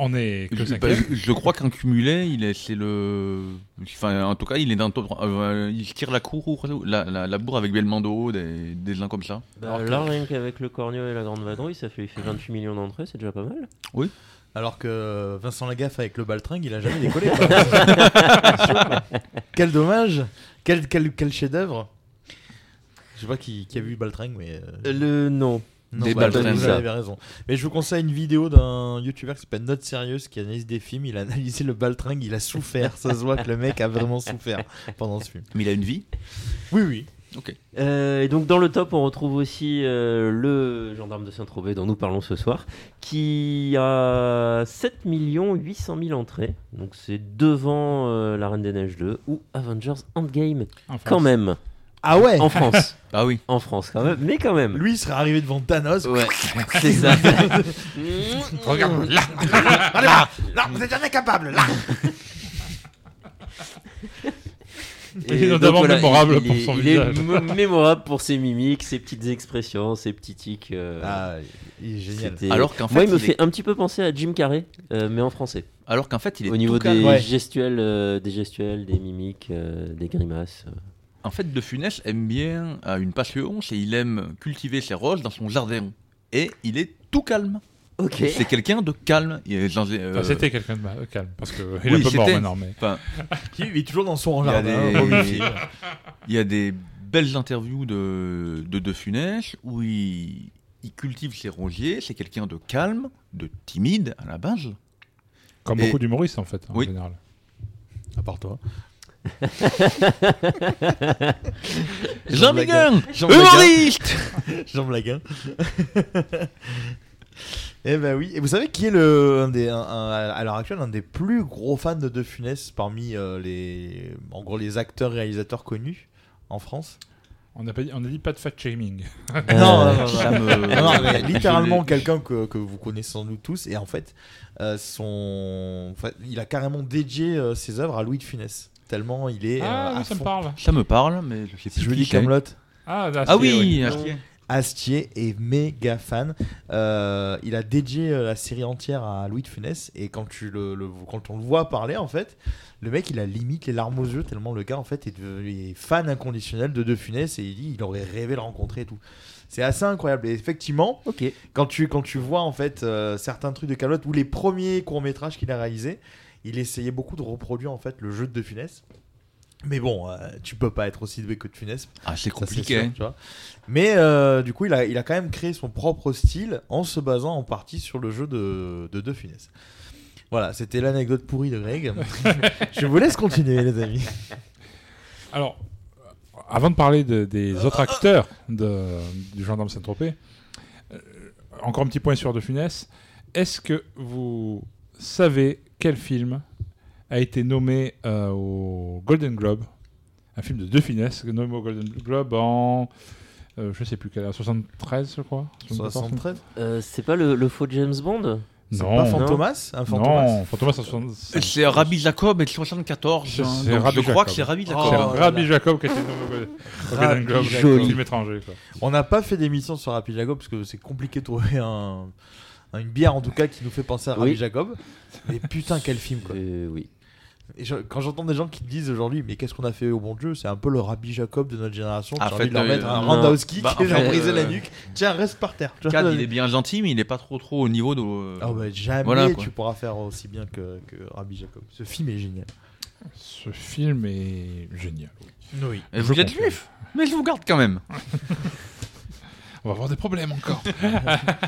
on est que Je, cinquième. je crois qu'en cumulé, il est, c'est le. Enfin, en tout cas, il est dans le top. euh, il se tire la, cour, la, la, la bourre avec Belmondo, des, des gens comme ça. Bah, là, rien qu'avec le Cornion et la Grande Vadrouille, ça fait, il fait 28 millions d'entrées, c'est déjà pas mal. Oui. Alors que Vincent Lagaffe avec le baltringue, il a jamais décollé. quoi. C'est sûr, quoi. quel dommage. Quel, quel, quel chef-d'œuvre. Je sais pas qui, qui a vu baltringue, mais. euh, Le nom. Non, Des bah, baltringues. Vous avez raison. Mais je vous conseille une vidéo d'un youtubeur qui s'appelle Note Sérieuse qui analyse des films. Il a analysé le baltringue, il a souffert. Ça se voit que le mec a vraiment souffert pendant ce film. Mais il a une vie. Oui, oui. Ok. Euh, et donc dans le top, on retrouve aussi euh, le gendarme de Saint-Tropez dont nous parlons ce soir, qui a 7 800 000 entrées. Donc c'est devant euh, La Reine des Neiges 2 ou Avengers Endgame, En quand France. Eh. même. Ah ouais En France. Ah oui. En France quand même, mais quand même. Lui, il serait arrivé devant Thanos. Ouais, c'est ça. Regarde, là, là, là, là, vous êtes incapable, là. Il est notamment mémorable il pour est- son il visage. est mé- mémorable pour ses mimiques, ses petites expressions, ses petits tics. euh, Ah, il est génial. c'était- Alors qu'en Moi, fait, il me il fait est- un petit peu penser à Jim Carrey, euh, mais en français. Alors qu'en fait, il est Au niveau tout calme. des, Ouais. gestuelles, euh, des gestuelles, des mimiques, euh, des grimaces. En fait, De Funès aime bien à une passion, c'est il aime cultiver ses roses dans son jardin. Et il est tout calme. Ok. C'est quelqu'un de calme. Il est dans- euh, Enfin, C'était quelqu'un de ma- euh, calme, parce qu'il est oui, un peu mort c'était. maintenant. Mais... Enfin, Il est toujours dans son il, y a jardin. hein, au des... milieu. il y a des belles interviews de de, De Funès où il, il cultive ses rosiers. C'est quelqu'un de calme, de timide à la base. Comme Et- beaucoup d'humoristes, en fait, en Oui. général. À part toi. Jean Miguel, Jean humoriste. Jean Blaguin. hein. Eh ben oui. Et vous savez qui est le, un des, un- un- à l'heure actuelle, un des plus gros fans de De Funès parmi euh, les, en gros, les acteurs réalisateurs connus en France On a, pas dit, on a dit pas de fat shaming. Euh, ça me- Non, non, mais je littéralement l'ai- quelqu'un que, que vous connaissez sans doute tous. Et en fait, euh, son, en fait, il a carrément dédié euh, ses œuvres à Louis de Funès. Tellement il est. ah, euh, à oui, ça me fond. parle. Ça me parle, mais je sais plus Si je vous qui dis c'est. Camelot. Ah, Ah Astier, oui, ouais. Astier. Astier est méga fan. Euh, il a dédié euh, la série entière à Louis de Funès et quand tu le, le- quand on le voit parler en fait, le mec il a limite les larmes aux yeux tellement le gars en fait est, devenu- est fan inconditionnel de de Funès et il dit il aurait rêvé de le rencontrer et tout. C'est assez incroyable et effectivement Ok. quand tu quand tu vois en fait euh, certains trucs de Calotte ou les premiers courts métrages qu'il a réalisés, il essayait beaucoup de reproduire en fait le jeu de de Funès. Mais bon, euh, tu peux pas être aussi doué que Funès. Ah, c'est Ça, compliqué. sûr, tu vois. Mais euh, du coup, il a, il a quand même créé son propre style en se basant en partie sur le jeu de de, de Funès. Voilà, c'était l'anecdote pourrie de Greg. Je vous laisse continuer, les amis. Alors, avant de parler de- des Euh, autres acteurs de, du gendarme Saint-Tropez, euh, encore un petit point sur De Funès. Est-ce que vous savez quel film a été nommé euh, au Golden Globe Un film de De Funès nommé au Golden Globe en. euh, je sais plus quel, en 73, je crois. 73? Euh, c'est pas le, le faux James Bond C'est Non. pas Fantomas Un Fantomas Non, Fantomas en 76. C'est Rabbi Jacob et 74. hein, C'est donc Rabbi je crois Jacob. Oh. que c'est Rabbi C'est Jacob. Rabbi Jacob qui a été nommé au Golden Rapid Globe, Jacob. film étranger. quoi. On n'a pas fait d'émission sur Rapid Jacob parce que c'est compliqué de trouver un, un- une bière en tout cas qui nous fait penser à Rapid Oui. Jacob. Mais putain, quel film quoi. Euh, oui. Et je- quand j'entends des gens qui me disent aujourd'hui, mais qu'est-ce qu'on a fait au bon Dieu C'est un peu le Rabbi Jacob de notre génération. En J'ai envie fait, de leur euh, mettre un non. roundhouse kick Bah, en et leur fait, briser la euh, nuque. Tiens, reste par terre. Ah. Tu vois, Cad, il est bien gentil, mais il n'est pas trop trop au niveau de. Ah ouais, jamais Voilà, quoi. tu pourras faire aussi bien que, que Rabbi Jacob. Ce film est génial. Ce film est génial. Oui. Et Eh, vous Je êtes confirme. juif Mais je vous garde quand même. On va avoir des problèmes encore.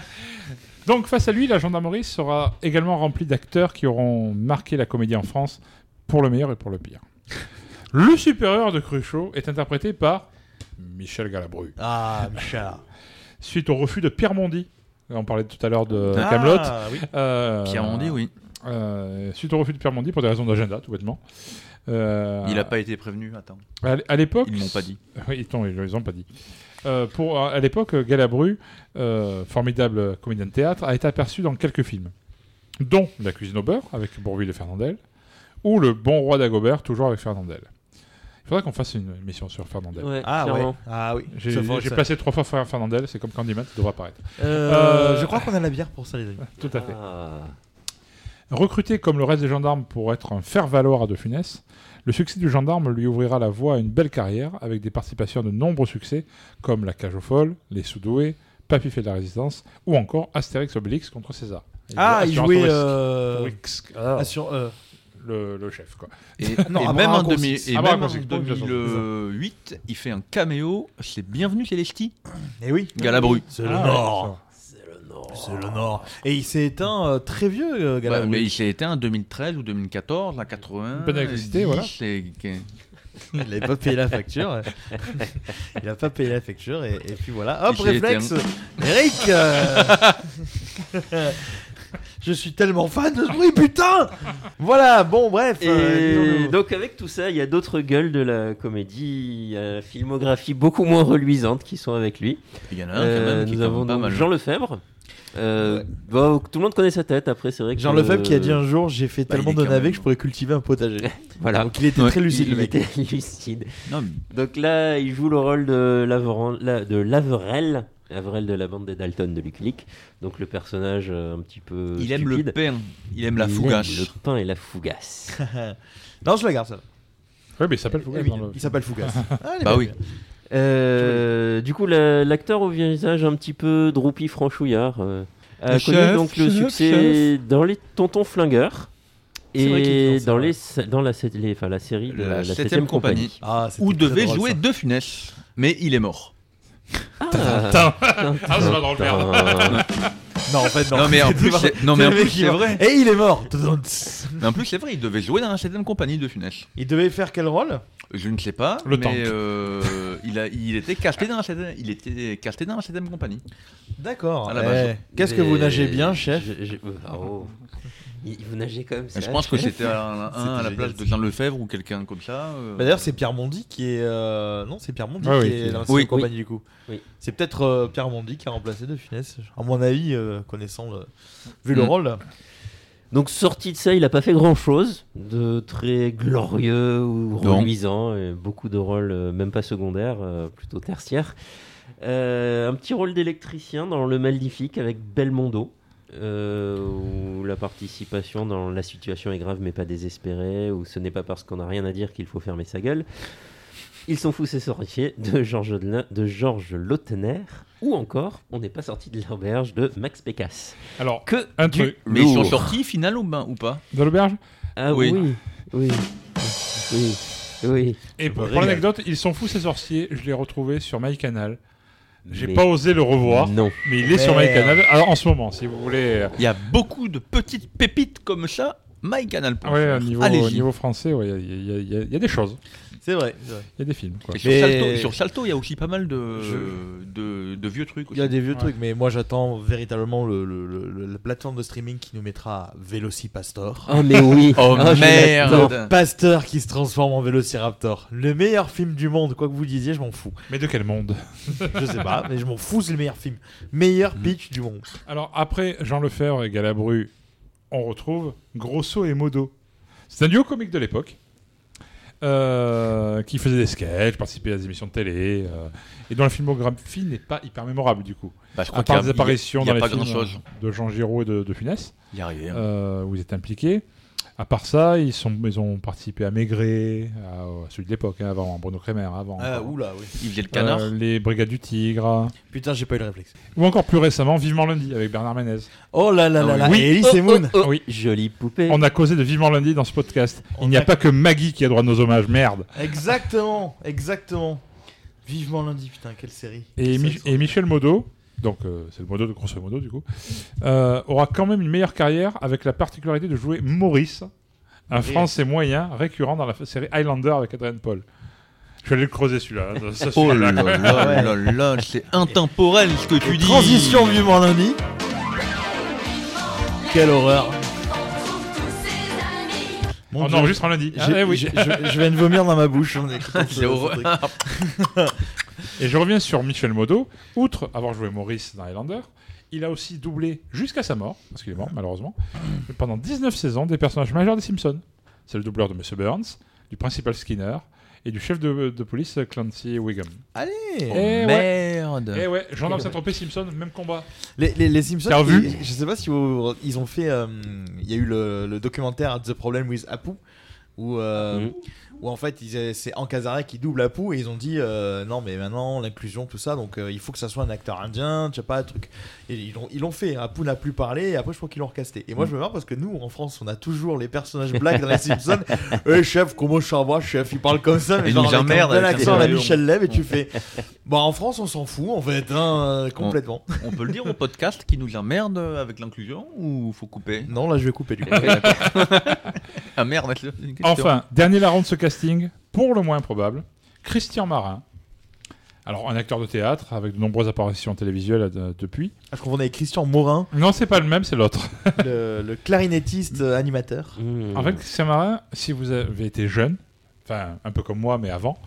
Donc face à lui, la gendarmerie sera également remplie d'acteurs qui auront marqué la comédie en France pour le meilleur et pour le pire. Le supérieur de Cruchot est interprété par Michel Galabru. Ah, Michel. Suite au refus de Pierre Mondi, on parlait tout à l'heure de Ah, Camelot. Euh, oui. Pierre Mondi, oui. suite au refus de Pierre Mondi pour des raisons d'agenda, tout bêtement. Euh, Il n'a pas été prévenu, attends. à l- à l'époque, Ils m'ont pas dit. Oui, ils t'ont- ils les ont pas dit. Euh, pour, à l'époque, Galabru, euh, formidable comédien de théâtre, a été aperçu dans quelques films, dont La cuisine au beurre avec Bourville et Fernandel, ou Le bon roi d'Agobert, toujours avec Fernandel. Il faudrait qu'on fasse une émission sur Fernandel. Ouais, Ah clairement. ouais. Ah oui. J'ai Ça faut- j'ai ça- placé trois fois Fer- Fernandel, c'est comme Candyman, ça devrait apparaître. Euh, je crois qu'on a la bière pour ça, les amis. Tout à fait. Ah. Recruté comme le reste des gendarmes pour être un faire-valoir à De Funès, le succès du gendarme lui ouvrira la voie à une belle carrière avec des participations de nombreux succès comme La Cage aux Folles, Les Soudoués, Papy fait de la Résistance ou encore Astérix Obélix contre César. Ah, il Assurance jouait, Touriste. euh, Touriste, ah. Assur- euh, le, le chef. Quoi. Et, Non, et Amara même en, Raccourci. demi- et Amara même en Raccourci, de toute façon. 2008, il fait un caméo. C'est bienvenu chez les ch'tis. Eh oui. Galabru. Ah, C'est le Nord. C'est le Nord. Et il s'est éteint euh, très vieux, euh, Ouais, Galabru. Bah, mais il s'est éteint en 2013 ou 2014, à 80. Bonne électricité, 10, voilà. c'est- qu'est- Il n'avait pas payé la facture. Il n'a pas payé la facture et, et puis voilà. Hop, J'ai réflexe. été un- Eric euh, Je suis tellement fan de ce bruit, putain Voilà, bon, bref. euh, Et disons-nous. donc avec tout ça, il y a d'autres gueules de la comédie, il y a la filmographie beaucoup moins reluisante qui sont avec lui. Il y en a un, Ah, quand même, qui Euh, est nous quand avons même pas donc mal. Jean Lefebvre. Euh, bon, tout le monde connaît sa tête. Après, c'est vrai que Jean Lefebvre qui a dit un jour J'ai fait tellement de navets que je pourrais cultiver un potager. Voilà. Donc il était Ouais, très lucide, il- le mec. il était lucide. Donc là, il joue le rôle de, Laveran- la- de Laverel, Laverel de la bande des Dalton de Lucky Luke. Donc le personnage euh, un petit peu. Il aime stupide. le pain, il aime la fougasse. le pain et la fougasse. non, je la garde, ça. Oui, mais il s'appelle Fougas. Eh oui, il s'appelle Fougas. Allez, Bah bien, oui. bien. Euh, du coup, la- l'acteur au visage un petit peu droupi franchouillard euh, a Le connu chef, donc le chef, succès dans les Tontons Flingueurs C'est vrai qu'il est et dans ça, dans, les, dans la, sé- les- enfin, la série de La, la, septième, Septième compagnie. compagnie. Ah, où devait jouer De Funès. Mais il est mort. Tintin. Ah, ça va dans le merde. Non, en fait, non. mais en C'est plus, vrai. c'est, non, mais C'est en le mec plus, qui c'est va- vrai. Et il est mort. mais en plus, c'est vrai, il devait jouer dans la 7ème compagnie de Funès. Il devait faire quel rôle Je ne sais pas. Le mais, tank. euh, il, a, il était casté dans la 7ème, il était casté dans la 7ème compagnie. D'accord. À la base. Eh, Qu'est-ce que vous nagez bien, chef oh. Il- Vous nagez comme ça. Je pense que chef. c'était un, un à la place de Jean Lefebvre ou quelqu'un comme ça. euh. Bah, D'ailleurs, c'est Pierre Mondi qui est. euh, Non, c'est Pierre Mondi qui Ouais, oui, est c'est- dans la Oui. seconde compagnie Oui. du coup. Oui. C'est peut-être euh, Pierre Mondi qui a remplacé De Funès. À mon avis, euh, connaissant le. Vu le Mm. rôle. Donc sorti de ça, il n'a pas fait grand-chose de très glorieux ou Non. reluisant, et beaucoup de rôles, euh, même pas secondaires, euh, plutôt tertiaires. Euh, un petit rôle d'électricien dans Le Magnifique avec Belmondo, euh, où la participation dans La situation est grave mais pas désespérée, où ce n'est pas parce qu'on n'a rien à dire qu'il faut fermer sa gueule. Ils sont fous, c'est sorcier de Georges Lautener- de Georges Lautener, ou encore On n'est pas sorti de l'auberge de Max Pécasse. Alors, que un du truc. Mais ils sont lourd. sortis final ou, ben- ou pas Dans l'auberge Ah Oui. oui. Oui. Oui. Oui. Et pour, me pour régale. l'anecdote, ils sont fous ces sorciers. Je l'ai retrouvé sur MyCanal. J'ai Mais- pas osé le revoir. Non. Mais il est sur Merde. MyCanal. Alors en ce moment, si vous voulez. Il y a beaucoup de petites pépites comme ça. MyCanal. Ouais, au niveau, Allez-y. au niveau français, ouais, il y, a- il y a- il y a des choses. C'est vrai. Il y a des films. Quoi. Et sur, Salto, sur Salto, il y a aussi pas mal de, de, de vieux trucs. Il y a aussi. des vieux trucs, mais moi j'attends véritablement le, le- le- la plateforme de streaming qui nous mettra Velocipastor. Oh, mais oui. Oh, Oh, je merde. Le Pasteur qui se transforme en Vélociraptor. Le meilleur film du monde, quoi que vous disiez, je m'en fous. Mais de quel monde Je sais pas, mais je m'en fous, c'est le meilleur film. Meilleur Mm. pitch du monde. Alors après Jean Lefebvre et Galabru, on retrouve Grosso et Modo. C'est un duo comique de l'époque euh, qui faisait des sketchs, participait à des émissions de télé euh, et dont la filmographie n'est pas hyper mémorable du coup. Bah, je crois à part qu'il y a- des apparitions il y a- il y a dans pas les films hein. grand-chose. de Jean Giraud et de, de Funès, Il y arrivait, hein. euh, où ils étaient impliqués. À part ça, ils, sont, ils ont participé à Maigret, à, à celui de l'époque, hein, avant Bruno Kremer, avant. Ah, oula, oui. Il faisait le Euh, canard. les Brigades du Tigre. Putain, j'ai pas eu le réflexe. Ou encore plus récemment, Vivement lundi avec Bernard Ménez. Oh là Ah là là là, et Elise et Moon. Oui. Jolie poupée. On a causé de Vivement lundi dans ce podcast. Il n'y a pas que Maggie qui a droit à nos hommages, merde. Exactement, exactement. Vivement lundi, putain, quelle série. Et, Mich- et Michel Modo, donc euh, c'est le Modo de grosso modo du coup, euh, aura quand même une meilleure carrière avec la particularité de jouer Maurice, un Maurice. français moyen récurrent dans la f- série Highlander avec Adrien Paul. Je vais aller le creuser celui-là. hein, ça- ça Oh suffit, là là. là là là, c'est intemporel ce que tu dis. Transition vivement lundi. Quelle horreur. Mon On Dieu. enregistre un lundi. Ah, J'ai- eh oui. Je, je- je viens de vomir dans ma bouche. en écoutant ce- C'est ce horreur. truc. Et je reviens sur Michel Modo. Outre avoir joué Maurice dans Highlander, il a aussi doublé jusqu'à sa mort, parce qu'il est mort malheureusement, pendant 19 saisons des personnages majeurs des Simpsons. C'est le doubleur de Monsieur Burns, du principal Skinner et du chef de, de police Clancy Wiggum. Allez Eh Oh, ouais. merde. Euh, Eh ouais, gendarme Eh saint Simpson, même combat. Les, les, les Simpsons, T'as revu ils- je sais pas si vous- ils ont fait. euh, Il y a eu le, le documentaire The Problem with Apu, où, euh, où en fait ils- c'est Ankazaret qui double Apu et ils ont dit euh, non, mais maintenant l'inclusion, tout ça, donc euh, il faut que ça soit un acteur indien, tu sais pas, un truc. Et ils l'ont ils l'ont fait, Apu n'a plus parlé et après je crois qu'ils l'ont recasté. Et Mm. moi je me marre parce que nous en France on a toujours les personnages blagues dans les Simpsons. Eh chef, comment ça va, chef Il parle comme ça, mais Ils genre nous avec un emmerdent bel avec un accent à la sérieux. Michel Lève et tu fais. Bah en France on s'en fout en fait, hein, euh, complètement. On peut le dire au podcast qui nous emmerde avec l'inclusion ou faut couper Non, là je vais couper du coup. ah merde, c'est une question. Enfin, dernier larron de ce casting, pour le moins improbable, Christian Marin. Alors, un acteur de théâtre avec de nombreuses apparitions télévisuelles euh, depuis. Ah, je confondais avec Christian Morin. Non, c'est pas le même, c'est l'autre. le, le clarinettiste euh, animateur. Hmm. Mm. En fait, Christian Marin, si vous avez été jeune, enfin un peu comme moi, mais avant,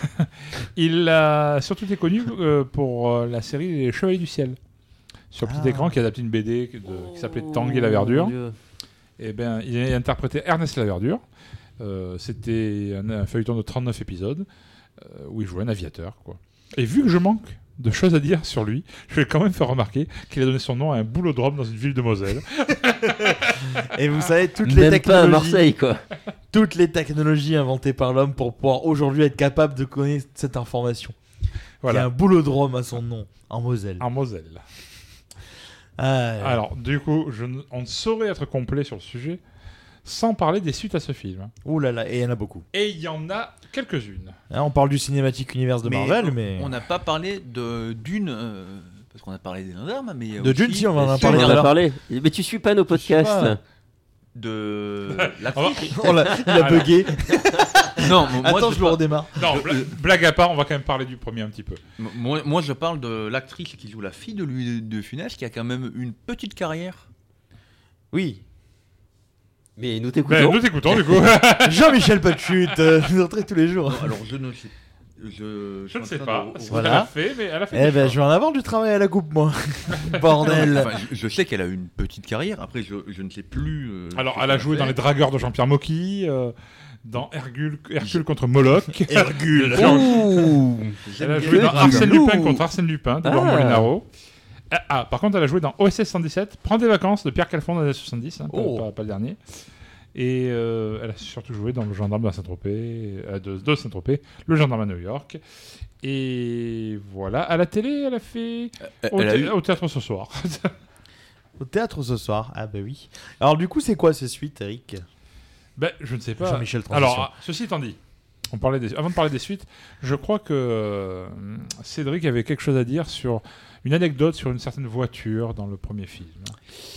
il a surtout été connu euh, pour euh, la série Les Chevaliers du Ciel, sur petit écran, qui adaptait une BD que- de- Oh. qui s'appelait Tanguy la Verdure. Et ben, il a interprété Ernest la Verdure. Euh, C'était un, un feuilleton de 39 épisodes euh, où il jouait un aviateur. Quoi. Et vu que je manque de choses à dire sur lui, je vais quand même faire remarquer qu'il a donné son nom à un boulodrome dans une ville de Moselle. Et vous savez, toutes les technologies. Toutes les technologies inventées par l'homme pour pouvoir aujourd'hui être capable de connaître cette information. Voilà. Il y a un boulodrome à son nom, en Moselle. En Moselle. Ah, Alors, du coup, je ne- on ne saurait être complet sur le sujet sans parler des suites à ce film. Ouh là là, et il y en a beaucoup. Et il y en a quelques-unes. Hein, on parle du cinématique univers de Mais Marvel, mais. On n'a pas parlé de d'une. euh, parce qu'on a parlé des armes, mais. De Dune, si, on en a parlé On tout à en a l'heure. parlé. Mais tu suis pas nos podcasts. De. La On va- Oh là, il a Alors. bugué. Non, moi, Attends, je je le pas- redémarre. Non, bla- blague à part, on va quand même parler du premier un petit peu. M- Moi, moi, je parle de l'actrice qui joue la fille de lui de Funès, qui a quand même une petite carrière. Oui. Mais nous Ben, nous t'écoutons, du coup. Jean-Michel Patchut, euh, vous entrez tous les jours. Alors, je ne sais. Je, Je ne en sais train pas de- ce qu'elle Voilà. a fait, mais elle a fait Eh des ben, choses. je vais en avoir du travail à la coupe, moi. Bordel. Enfin, je, je sais qu'elle a eu une petite carrière. Après, je, je ne sais plus. euh, Alors, ce elle a qu'elle joué dans fait. Les Dragueurs de Jean-Pierre Mocky, euh, dans Hercule, Hercule contre Moloch. Hercule. Dans- Ouh. Elle a J'aime joué bien dans le Arsène Dragueur. Lupin contre Arsène Lupin, de Laurent Ah. Molinaro. Ah, ah, par contre, elle a joué dans OSS 117, Prends des vacances de Pierre Calfon dans les années 70, hein, pas- Oh. pas, pas le dernier. Et euh, elle a surtout joué dans Le Gendarme de Saint-Tropez, euh, de, de Saint-Tropez, Le Gendarme à New York. Et voilà, à la télé, elle a fait. au, elle a thé- eu- au théâtre ce soir. Au théâtre ce soir, ah bah oui. Alors du coup, c'est quoi ces suites, Eric ben, je ne sais pas. Jean-Michel Transition. Alors, ah, ceci étant dit, On parlait des- Avant de parler des suites, je crois que euh, Cédric avait quelque chose à dire sur une anecdote sur une certaine voiture dans le premier film.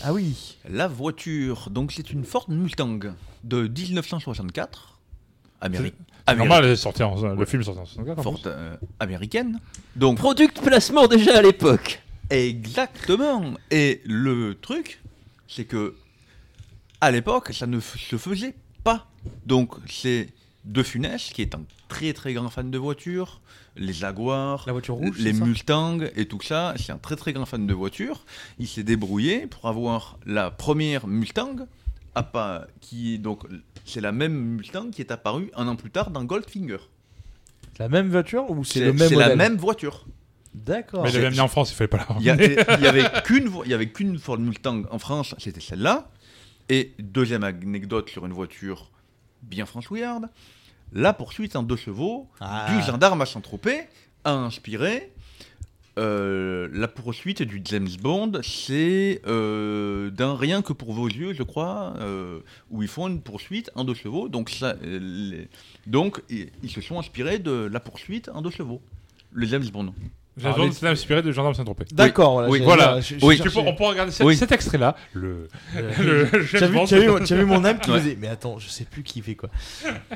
Ah oui. La voiture, donc c'est une Ford Mustang de 1964. Américaine. C'est normal, elle est sortie en- le film est sorti en 64, en Ford plus. euh, américaine. Donc product placement déjà à l'époque. Exactement. Et le truc, c'est que à l'époque, ça ne f- se faisait pas. Donc c'est De Funès qui est un très très grand fan de voitures, les Jaguars, rouge, les c'est ça Mustang et tout ça. C'est un très très grand fan de voitures. Il s'est débrouillé pour avoir la première Mustang, à pas- qui est donc c'est la même Mustang qui est apparue un an plus tard dans Goldfinger. C'est la même voiture ou c'est C'est- le même c'est la modèle même voiture. D'accord. Mais elle avait amené en France, il fallait pas la Il y a- ramener. il y avait qu'une vo- il y avait qu'une Ford Mustang en France, c'était celle-là. Et deuxième anecdote sur une voiture bien françouillarde, la poursuite en deux chevaux Ah. du gendarme à Saint-Tropez a inspiré euh, la poursuite du James Bond. C'est euh, d'un rien que pour vos yeux, je crois, euh, où ils font une poursuite en deux chevaux. Donc, ça, euh, les- donc i- ils se sont inspirés de la poursuite en deux chevaux. Le James Bond. James Bond s'est inspiré de Gendarme Saint-Tropez. D'accord, voilà, Oui, Bah, j'ai- voilà. j'ai- j'ai Oui. cherché. Tu peux- on peut regarder cet, Oui. cet extrait-là. Le. Euh, le- T'as James vu, Bond. t'as vu mon- t'as vu mon âme qui Ouais. faisait. Mais attends, je sais plus qui fait quoi.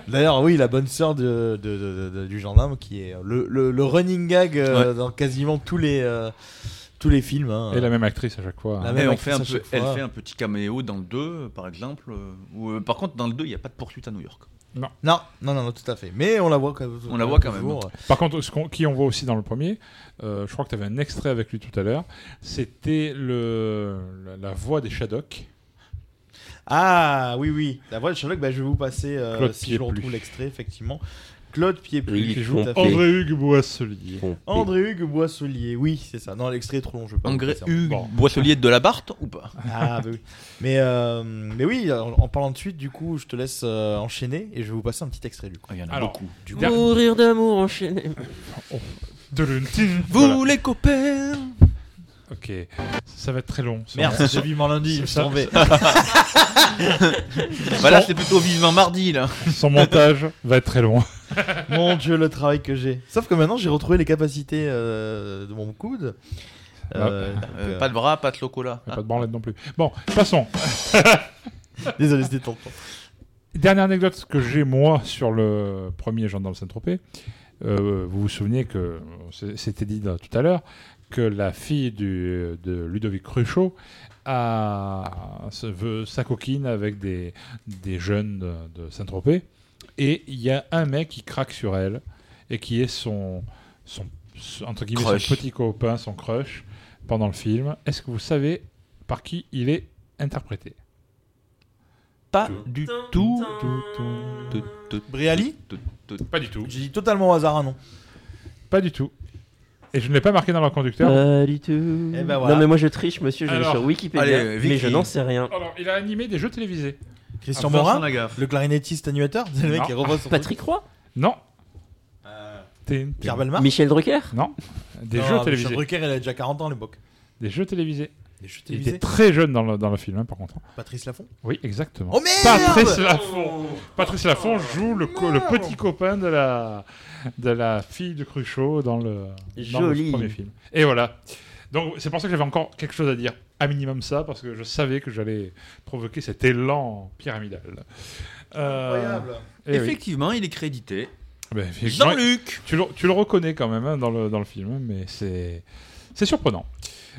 D'ailleurs, oui, la bonne sœur de, de- de- de- du gendarme qui est le, le- le running gag euh, Ouais. dans quasiment tous les, euh, tous les films. hein. Et la même actrice à chaque fois. La Et Ah, même on actrice fait un à peu- chaque elle fois. fait un petit caméo dans le 2, par exemple. euh, où, euh, par contre, dans le 2, il n'y a pas de poursuite à New York. Non. non, non, non, tout à fait. Mais on la voit quand même. On la voit quand même. toujours. Par contre, ce qu'on- qui on voit aussi dans le premier, euh, je crois que tu avais un extrait avec lui tout à l'heure, c'était le, la, la voix des Shadocks. Ah oui, oui. La voix de Sherlock, bah, je vais vous passer, euh, Claude si je Pieplu. retrouve l'extrait, effectivement. Claude Pieplu, Oui, qui tout joue à fait. André Hugues Boisselier. André-Hugues Boisselier, oui, c'est ça. Non, l'extrait est trop long, je peux pas. vous André passer en- Hugues Bon. Boisselier de la Barthe ou pas Ah, bah oui. Mais, euh, mais oui, en, en parlant de suite, du coup, je te laisse euh, enchaîner et je vais vous passer un petit extrait du coup. Il y en a beaucoup. Du coup, Mourir d'amour enchaîné. Vous les copains Ok, ça va être très long. ça. Merde, c'est vivement lundi, il me Ça- semblait. Voilà, c'est plutôt vivement mardi là. Son montage va être très long. Mon dieu, le travail que j'ai. Sauf que maintenant, j'ai retrouvé les capacités euh, de mon coude. Ah. Euh, Hop. donc, Euh, euh, pas de bras, pas de chocolat. Pas de branlette non plus. Bon, passons. Désolé, c'était ton temps. Dernière anecdote que j'ai moi sur le premier gendarme Saint-Tropez. Euh, vous vous souvenez que c'est- c'était dit là, tout à l'heure que la fille du- de Ludovic Cruchot a, se veut sa coquine avec des, des jeunes de, de Saint-Tropez et il y a un mec qui craque sur elle et qui est son, son, son- entre guillemets son Crush. petit copain, son crush pendant le film. Est-ce que vous savez par qui il est interprété Pas du tout. Briali Pas du tout. J'ai dit totalement au hasard un nom. Pas du tout. Et je ne l'ai pas marqué dans leur conducteur. Pas du tout. Eh ben voilà. Non, mais moi je triche, monsieur, je vais Alors, sur Wikipédia, allez, mais Vicky. je n'en sais rien. Alors, Oh il a animé des jeux télévisés. Christian Ah, bah, Morin, Eh Vincent Lagaffe. le clarinettiste animateur, c'est le mec Non. qui revoit son Euh, Patrick Roy Non. Pierre Belmar Michel Drucker Non. Des Non, jeux Michel télévisés. Drucker, il a déjà 40 ans à l'époque. Des jeux télévisés. Des jeux Il télévisés. était très jeune dans le, dans le film, hein, par contre. Patrice Laffont Oui, exactement. Oh, merde Oh, Patrice Laffont. Patrice Laffont joue le, co- le petit copain de la, de la fille de Cruchot dans le, dans le Joli. premier film. Et voilà. Donc c'est pour ça que j'avais encore quelque chose à dire, à minimum ça, parce que je savais que j'allais provoquer cet élan pyramidal. Euh, eh oui. Effectivement, il est crédité. Ben, effectivement, Jean-Luc tu le, tu le reconnais quand même hein, dans, le, dans le film, mais c'est c'est surprenant.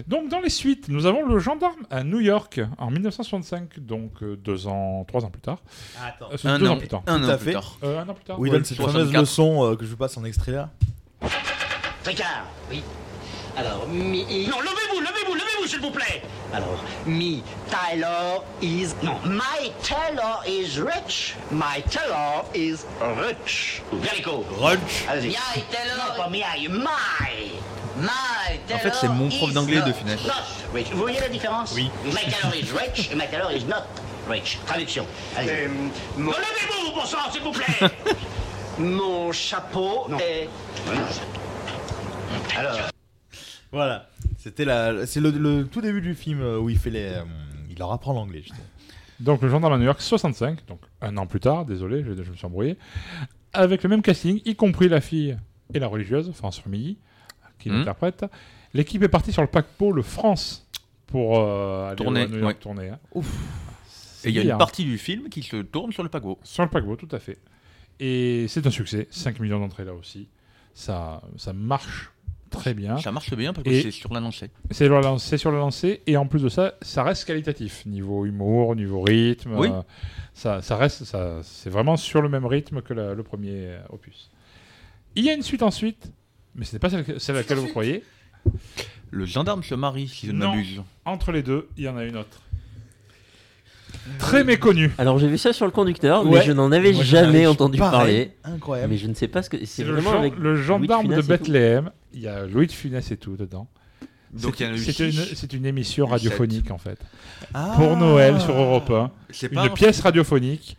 Donc dans les suites, nous avons le gendarme à New York en 1965, donc euh, deux ans, trois ans plus tard. Attends. Euh, c'est Un deux an- ans plus tard. un an Tout à plus fait. tard. Euh, un an plus tard. Où il ouais. donne cette 64. fameuse leçon euh, que je vous passe en extrait là. Tricard, oui. Alors, mi... Non, levez-vous, levez-vous, levez-vous, s'il vous plaît Alors, mi Taylor is... Non, my Taylor is rich. My Taylor is rich. Very good. Rich. Allez-y. My Taylor... Non, pas my, my. My Taylor En fait, c'est mon prof is d'anglais not- de Funès. not rich. Vous voyez la différence Oui. My Taylor is rich et my Taylor is not rich. Traduction. Allez-y. Euh, Non, levez-vous, bon sang, s'il vous plaît Mon chapeau est... Alors... Voilà. C'était la, c'est le, le tout début du film euh, où il fait les, euh, il leur apprend l'anglais. justement. Donc le gendarme à New York 65, donc un an plus tard, désolé, je, je me suis embrouillé. avec le même casting, y compris la fille et la religieuse, France Rumilly, qui Mhm. l'interprète. L'équipe est partie sur le paquebot, le France, pour euh, aller Tourner, à New York ouais. tourner. hein. Et il y a bien, une hein. partie du film qui se tourne sur le paquebot. Sur le paquebot, tout à fait. Et c'est un succès, 5 millions d'entrées là aussi. Ça, ça marche très bien. Ça marche bien parce Et que c'est sur la lancée. C'est sur, la lance- c'est sur le lancer, et en plus de ça, ça reste qualitatif, niveau humour, niveau rythme. Oui. euh, ça, ça reste, ça, c'est vraiment sur le même rythme que la- le premier euh, opus. Il y a une suite ensuite, mais ce n'est pas celle, que- celle à laquelle vous croyez. Le gendarme se marie, si je ne Non. m'abuse. Entre les deux, il y en a une autre. Euh, Très méconnu. Alors j'ai vu ça sur le conducteur, mais Ouais. je n'en avais Moi, j'en jamais avais entendu pareil. parler. Incroyable. Mais je ne sais pas ce que c'est Ah le vraiment gen- avec le Louis de gendarme de Funès et tout. Bethléem. Il y a Louis de Funès et tout dedans. Donc, C'est- il y en a eu c'est une, six. c'est une émission Il y a eu sept. radiophonique en fait. Ah. Pour Noël sur Europe 1. C'est pas Une un- pièce radiophonique.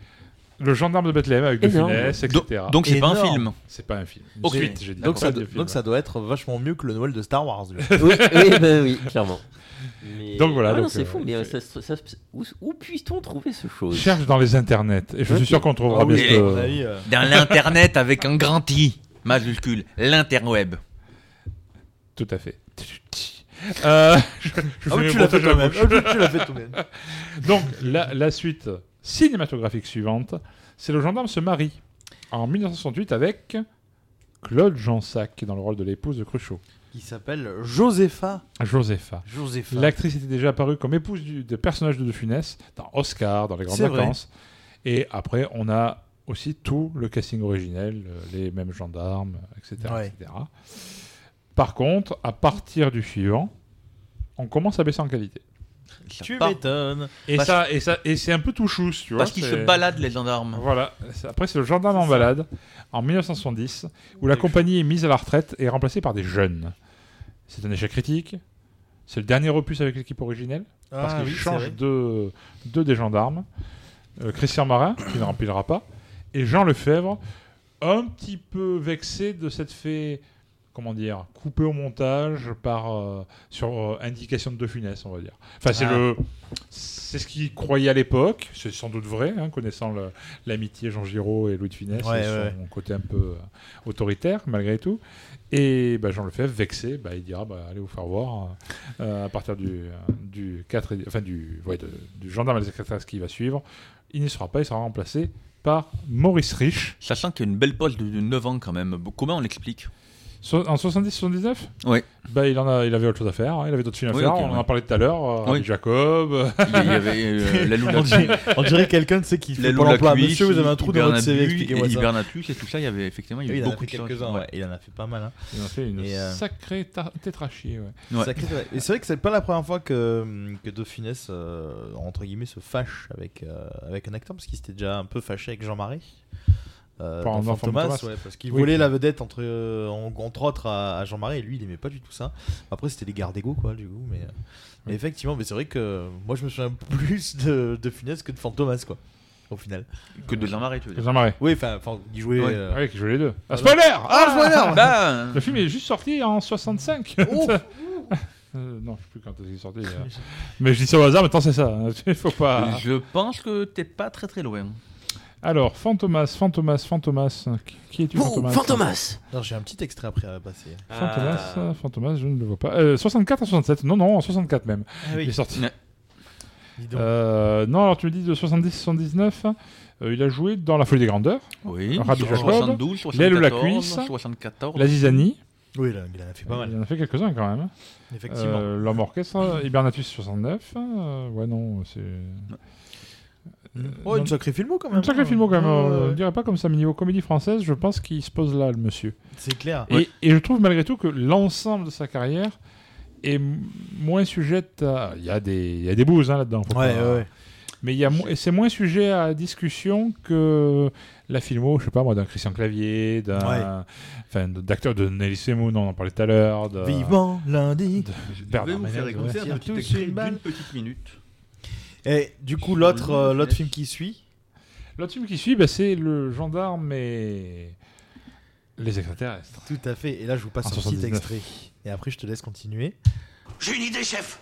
Le gendarme de Bethléem avec de Énorme. Funès, Donc- etc. donc c'est pas un Énorme. film. C'est pas un film. Une Ok. suite, j'ai dit. Donc, ça Pas de doit, film. donc ça doit être vachement mieux que le Noël de Star Wars. lui. bah Mais- Donc voilà, Ah non, donc, c'est euh, fou, mais euh, ça se- ça se- où, où puisse-t-on trouver ce chose Cherche dans les internets. Et je suis Ok. sûr qu'on trouvera Ah oui, bientôt. à mon avis, euh. Dans l'internet avec un grand I majuscule, l'interweb. Tout à fait. Euh, je, je Ah oui, fais tu mes l'as fait montages à la toi-même. bouche. Ah oui, tu l'as fait toi-même. Donc, la, la suite cinématographique suivante, c'est Le gendarme se marie en 1968 avec Claude Jansac dans le rôle de l'épouse de Cruchot. Qui s'appelle Josepha. Josepha. Josepha. L'actrice était déjà apparue comme épouse du, de personnage de De Funès dans Oscar, dans Les Grandes C'est vrai. Vacances. Et après, on a aussi tout le casting originel, euh, les mêmes gendarmes, etc. Ouais. etc. Par contre, à partir du suivant, on commence à baisser en qualité. Tu part. m'étonnes. Et Parce- ça, et ça, et c'est un peu tout chousse, tu vois. Parce qu'ils c'est- se baladent, les gendarmes. Voilà. C'est- Après, c'est le gendarme en balade en 1970, où la compagnie est mise à la retraite et remplacée par des jeunes. C'est un échec critique. C'est le dernier opus avec l'équipe originelle, parce Ah qu'ils oui, c'est changent vrai. deux, deux des gendarmes. Euh, Christian Marin, qui ne remplira pas, et Jean Lefebvre, un petit peu vexé de cette fait, comment dire, coupé au montage par euh, sur euh, indication de De Funès, on va dire. Enfin, c'est Ah. le c'est ce qu'il croyait à l'époque, c'est sans doute vrai, hein, connaissant le- l'amitié Jean Giraud et Louis de Funès, Ouais, et son ouais. côté un peu euh, autoritaire malgré tout. Et bah, Jean Lefebvre, vexé, bah, il dira bah, allez vous faire voir euh, à partir du, euh, du 4 et- enfin, du, ouais, de- du gendarme à la secrétaire qui va suivre. Il n'y sera pas, il sera remplacé par Maurice Rich. Sachant qu'il y a une belle pause de de 9 ans quand même. Bon, Comment on l'explique So- en 70-79 Oui. Bah, il, en a, il avait autre chose à faire, hein, il avait d'autres films à Oui, faire, ok, on en ouais. a parlé tout à l'heure, euh, Oui. Rabbi Jacob. Il y avait, euh, la Loula- On dirait- on dirait quelqu'un, tu sais, qui fait La Pôle Lola emploi. Cuisse, Monsieur, vous avez un trou dans votre CV, Hibernatus expliquez-moi et ça. Hibernatus et tout ça, il y avait effectivement il y Oui, avait il en a beaucoup fait de choses. quelques-uns, ouais. Il en a fait pas mal. hein. Il en a fait une Et, euh, sacrée ta- tétrachie. Ouais. Sacré- Et c'est vrai que c'est pas la première fois que, que De Funès, euh, entre guillemets, se fâche avec, euh, avec un acteur, parce qu'il s'était déjà un peu fâché avec Jean Marais. Euh, Par dans Enfant Fantomas, Fantomas. ouais, parce qu'il Oui. volait la vedette entre, euh, en- entre autres à, à Jean Marais, et lui il aimait pas du tout ça. Après c'était les gardes égaux quoi, du coup. Mais, euh, Mm. mais effectivement, mais c'est vrai que moi je me souviens plus de, de Funès que de Fantomas quoi, au final. Que de Jean Marais, tu veux dire. Jean Marais. Oui, enfin, enfin, il jouait. Ouais. euh, Ouais, qui joue les deux. Ah, voilà. spoiler Ah, spoiler Bah. Le film est juste sorti en 65. Euh, non, je sais plus quand il est sorti. euh. mais je dis ça au hasard, mais tant c'est ça. hein. Il faut pas. Je pense que t'es pas très très loin. Alors, Fantomas, Fantomas, Fantomas. Qui Oh, es-tu, Fantomas Non, j'ai un petit extrait après à passer. Fantomas, euh, Fantomas, je ne le vois pas. Euh, 64 à 67, non, non, en 64 même. Ah oui. Il est sorti. Ouais. Euh, non, alors tu me dis de 70-79, il a joué dans La Folie des Grandeurs. Oui, Rabbi sur Jacob, 72, L'aile ou la 74, cuisse, 74. La Zizanie. Oui, là, il en a fait pas mal. Il en a fait quelques-uns quand même. Effectivement. Euh, L'homme orchestre, Hibernatus 69. euh, ouais, non, c'est. Mm. Oh, une sacrée filmo quand même. Un sacré filmo quand même. Ouais, euh, Ah, ouais, On ouais. dirait pas comme ça, mais niveau comédie française, je pense qu'il se pose là, le monsieur. C'est clair. Et, et je trouve malgré tout que l'ensemble de sa carrière est m- moins sujette à. Il y a des, il y a des bouses hein, là-dedans. faut Ouais, pas- ouais, ouais. Mais il y a mo- et c'est moins sujet à discussion que la filmo, je sais pas moi, d'un Christian Clavier, d'un. Ouais. Enfin, d'acteur de Nelly Semoun, on en parlait tout à l'heure. de- Vivement lundi. Je Je vais Bernard vous Ménez, faire ouais. écouter un Tire petit tous extrait une balle. d'une petite minute. Et du coup, Sur l'autre le euh, nom l'autre de film qui suit. L'autre film qui suit, bah, c'est le gendarme et les extraterrestres. Tout à fait. Et là, je vous passe En un petit 79. extrait. Et après, je te laisse continuer. J'ai une idée, chef.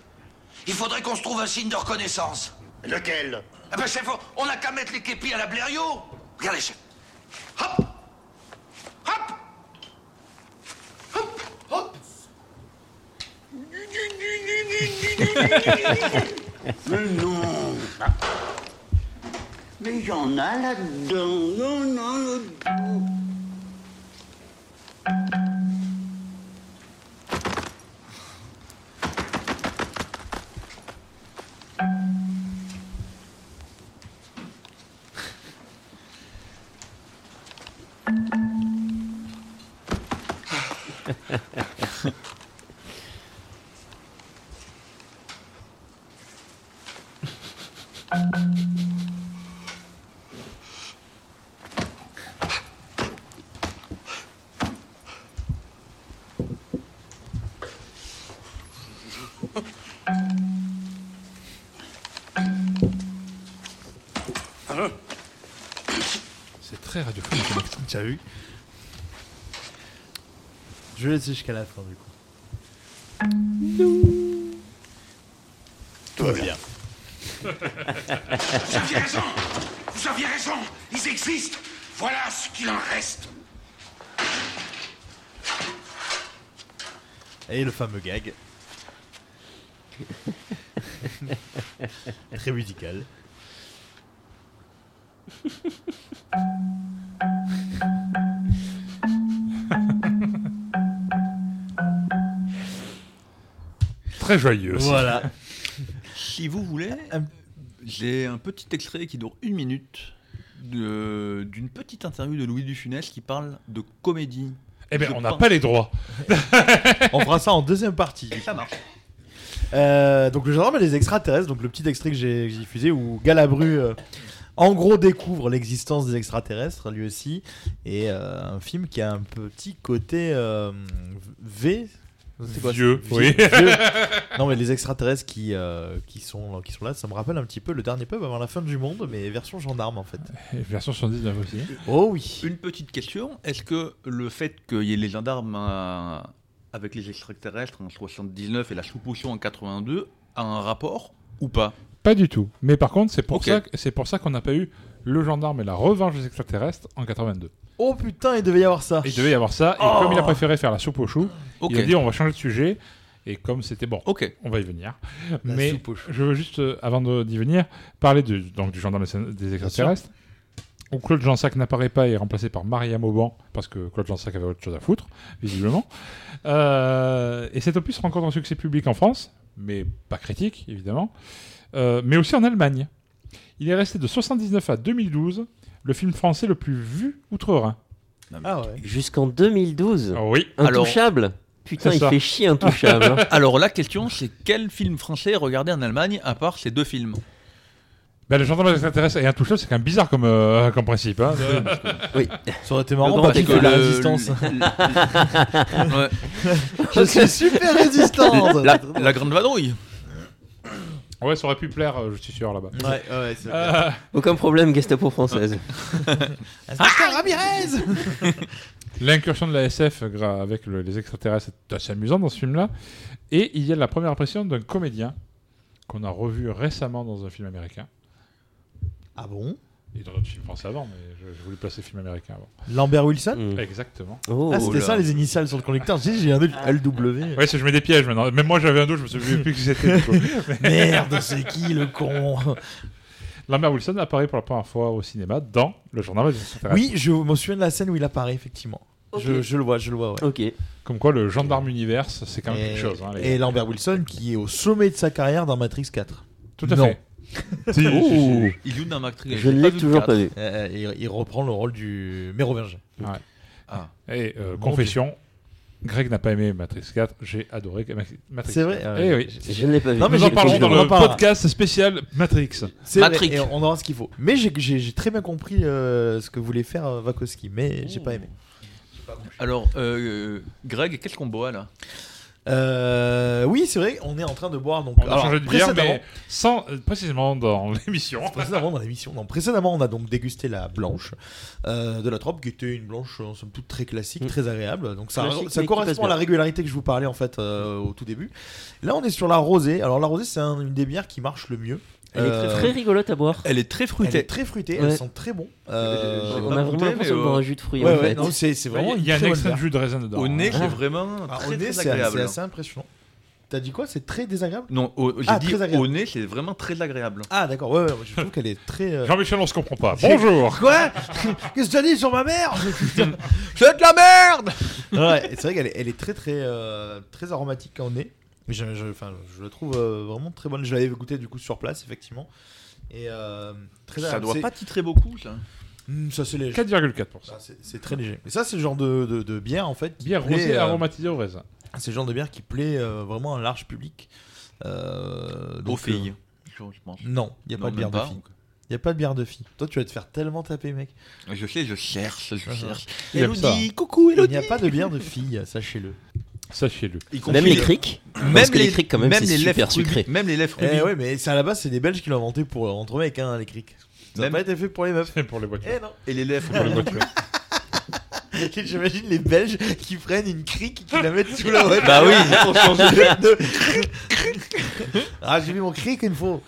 Il faudrait qu'on se trouve un signe de reconnaissance. Eh Lequel Ah ben, chef, on- on n'a qu'à mettre les képis à la blériot. Regardez, chef. Hop Mais non Mais il y en a là-dedans, il y en a là-dedans. C'est très radiophonique. hein. T'as vu Je vais laisser jusqu'à la fin du coup. Tout va bien. Vous aviez raison Vous aviez raison Ils existent Voilà ce qu'il en reste Et le fameux gag. Très musical. Très joyeux. ça. si vous voulez, j'ai un petit extrait qui dure une minute de- d'une petite interview de Louis Dufunès qui parle de comédie. Eh ben, Je on n'a pense- pas les droits. On fera ça en deuxième partie. Ça marche. Euh, donc le gendarme des extraterrestres, donc le petit extrait que j'ai que j'ai diffusé où Galabru euh, en gros découvre l'existence des extraterrestres lui aussi et euh, un film qui a un petit côté euh, V c'est quoi, Vieux, c'est- oui. vieux. non mais les extraterrestres qui, euh, qui, sont, qui sont là, ça me rappelle un petit peu le dernier pub avant la fin du monde mais version gendarme en fait. Et Version 119 aussi. Oh oui. Une petite question. Est-ce que le fait qu'il y ait les gendarmes euh, avec les extraterrestres en 79 et la sous-potion en 82 a un rapport ou pas Pas du tout. Mais par contre, c'est pour Ok. ça que- c'est pour ça qu'on n'a pas eu le gendarme et la revanche des extraterrestres en 82. Oh putain il devait y avoir ça. Il devait y avoir ça, et Oh. comme il a préféré faire la soupe aux choux, Ok. il a dit on va changer de sujet, et comme c'était bon, Ok. on va y venir. La Mais soupe aux choux. je veux juste, euh, avant de- d'y venir, parler de- donc, du gendarme des- des extraterrestres, où Claude Jansac n'apparaît pas et est remplacé par Maria Mauban, parce que Claude Jansac avait autre chose à foutre, visiblement. Euh, et cet opus rencontre un succès public en France, mais pas critique, évidemment, euh, mais aussi en Allemagne. Il est resté de 79 à 2012 le film français le plus vu outre-Rhin. Ah Ah ouais. Jusqu'en 2012. oui. Intouchable. Putain, il fait chier intouchable. hein. Alors la question, c'est quel film français regarder en Allemagne à part ces deux films Ben, le gendarme des extraterrestres et intouchable, c'est quand même bizarre comme, euh, comme principe. hein. Oui. Ça aurait été Le marrant grand parce que écart. la Le- résistance. Ouais. Je suis super résistante. La, la grande vadrouille. Ouais, ça aurait pu plaire, euh, je suis sûr, là-bas. Ouais, ouais, c'est vrai. Euh, Aucun problème, Gestapo française. Inspecteur Ah, Ramirez L'incursion de la SF gra- avec le- les extraterrestres est assez amusante dans ce film-là. Et il y a la première impression d'un comédien qu'on a revu récemment dans un film américain. Ah bon Et dans d'autres films français avant, mais je, je voulais placer film américain avant. Lambert Wilson Mm. Exactement. Oh, Ah, c'était ça les initiales sur le conducteur. J'ai j'ai un doute. LW. Ouais, c'est je mets des pièges maintenant. Même moi j'avais un doute, je me souviens plus que c'était. du coup. Merde, c'est qui le con Lambert Wilson apparaît pour la première fois au cinéma dans Le Journal des extraterrestres. Oui, je me souviens de la scène où il apparaît, effectivement. Je, je le vois, je le vois, ouais. Ok. Comme quoi, le gendarme univers, c'est quand même Et, quelque chose. hein, les et gars. Lambert Wilson qui est au sommet de sa carrière dans Matrix 4. Tout à Non. fait. Si, si, Ouh. si. Il joue dans Matrix. Je ne l'ai toujours pas vu. Euh, il, il reprend le rôle du mérovingien. Ouais. Ah. Et euh, Mon confession, Greg n'a pas aimé Matrix 4, j'ai adoré Ma- Matrix C'est vrai, 4. ouais. Eh oui. Je ne l'ai pas vu. Nous mais en j'ai- parlerons j'ai- dans on en le parlera. podcast spécial Matrix. C'est vrai, Matrix. et on aura ce qu'il faut. Mais j'ai- j'ai j'ai très bien compris euh, ce que voulait faire euh, Wachowski, mais j'ai pas aimé. Alors, euh, Greg, qu'est-ce qu'on boit là Euh, oui, c'est vrai, on est en train de boire. Donc, On a changé de bière, précédemment- mais sans, euh, précisément dans l'émission. Précédemment dans l'émission, non, précédemment on a donc dégusté la blanche euh, de la trope qui était une blanche en somme toute très classique, Mm. très agréable. Donc ça, Classique, ça mais qui passe correspond bien. à la régularité que je vous parlais en fait euh, au tout début. Là on est sur la rosée. Alors la rosée c'est un- une des bières qui marche le mieux. Elle est très, Euh, très rigolote à boire. Elle est très elle fruitée. est très fruitée, Ouais. elle sent très bon. Euh, J'ai On pas a goûté, vraiment l'impression mais, de euh, boire un jus de fruits ouais, en ouais, fait. non, c'est c'est vraiment Il y une a un très bonne excellent bière. jus de raisin dedans. Au nez, Ah. c'est vraiment Ah, très, au nez, très c'est c'est agréable. assez impressionnant. T'as dit quoi C'est très désagréable Non, au- j'ai Ah, dit très agréable. au nez, c'est vraiment très agréable. Ah d'accord, ouais, ouais, ouais, je trouve qu'elle est très... euh, Jean-Michel, on se comprend pas. J'ai- Bonjour Quoi Qu'est-ce que t'as dit sur ma mère C'est de la merde ouais, et C'est vrai qu'elle est, elle est très très euh, très aromatique en nez. Mais Je, je, enfin, je la trouve euh, vraiment très bonne. Je l'avais goûtée du coup sur place, effectivement. Et euh, très Ça agréable. doit C'est- pas titrer beaucoup, ça. Hmm, ça c'est léger. 4,4%. Ah, c'est- C'est très léger. Mais ça c'est le genre de, de, de bière en fait. qui Bière plaît, rosée euh, aromatisée au raisin. C'est le genre de bière qui plaît euh, vraiment à un large public. Euh, Aux donc, filles, euh, je je pense. Non, il n'y a Non, pas de même bière pas, de filles. donc. Il n'y a pas de bière de filles. Toi, tu vas te faire tellement taper, mec. Je sais, je cherche, je cherche. Ah, Il aime ça. Elodie, coucou Il Elodie n'y a pas de bière de filles, sachez-le. Sachez-le. Y compris euh, Même les les- crics Même Parce que les les- crics, quand même, même c'est les super lèvres sucré. sucrés rubis- même les lèvres Eh rubis. ouais, mais c'est à la base, c'est des Belges qui l'ont inventé pour euh, entre mecs, hein, les crics. Ça n'a Même- pas été fait pour les meufs. C'est pour les voitures. Eh non. Et les lèvres Pour les voitures. J'imagine les Belges qui prennent une crique et qui la mettent sous la voiture. Bah oui. Pour changer de- Ah, j'ai mis mon cric une fois.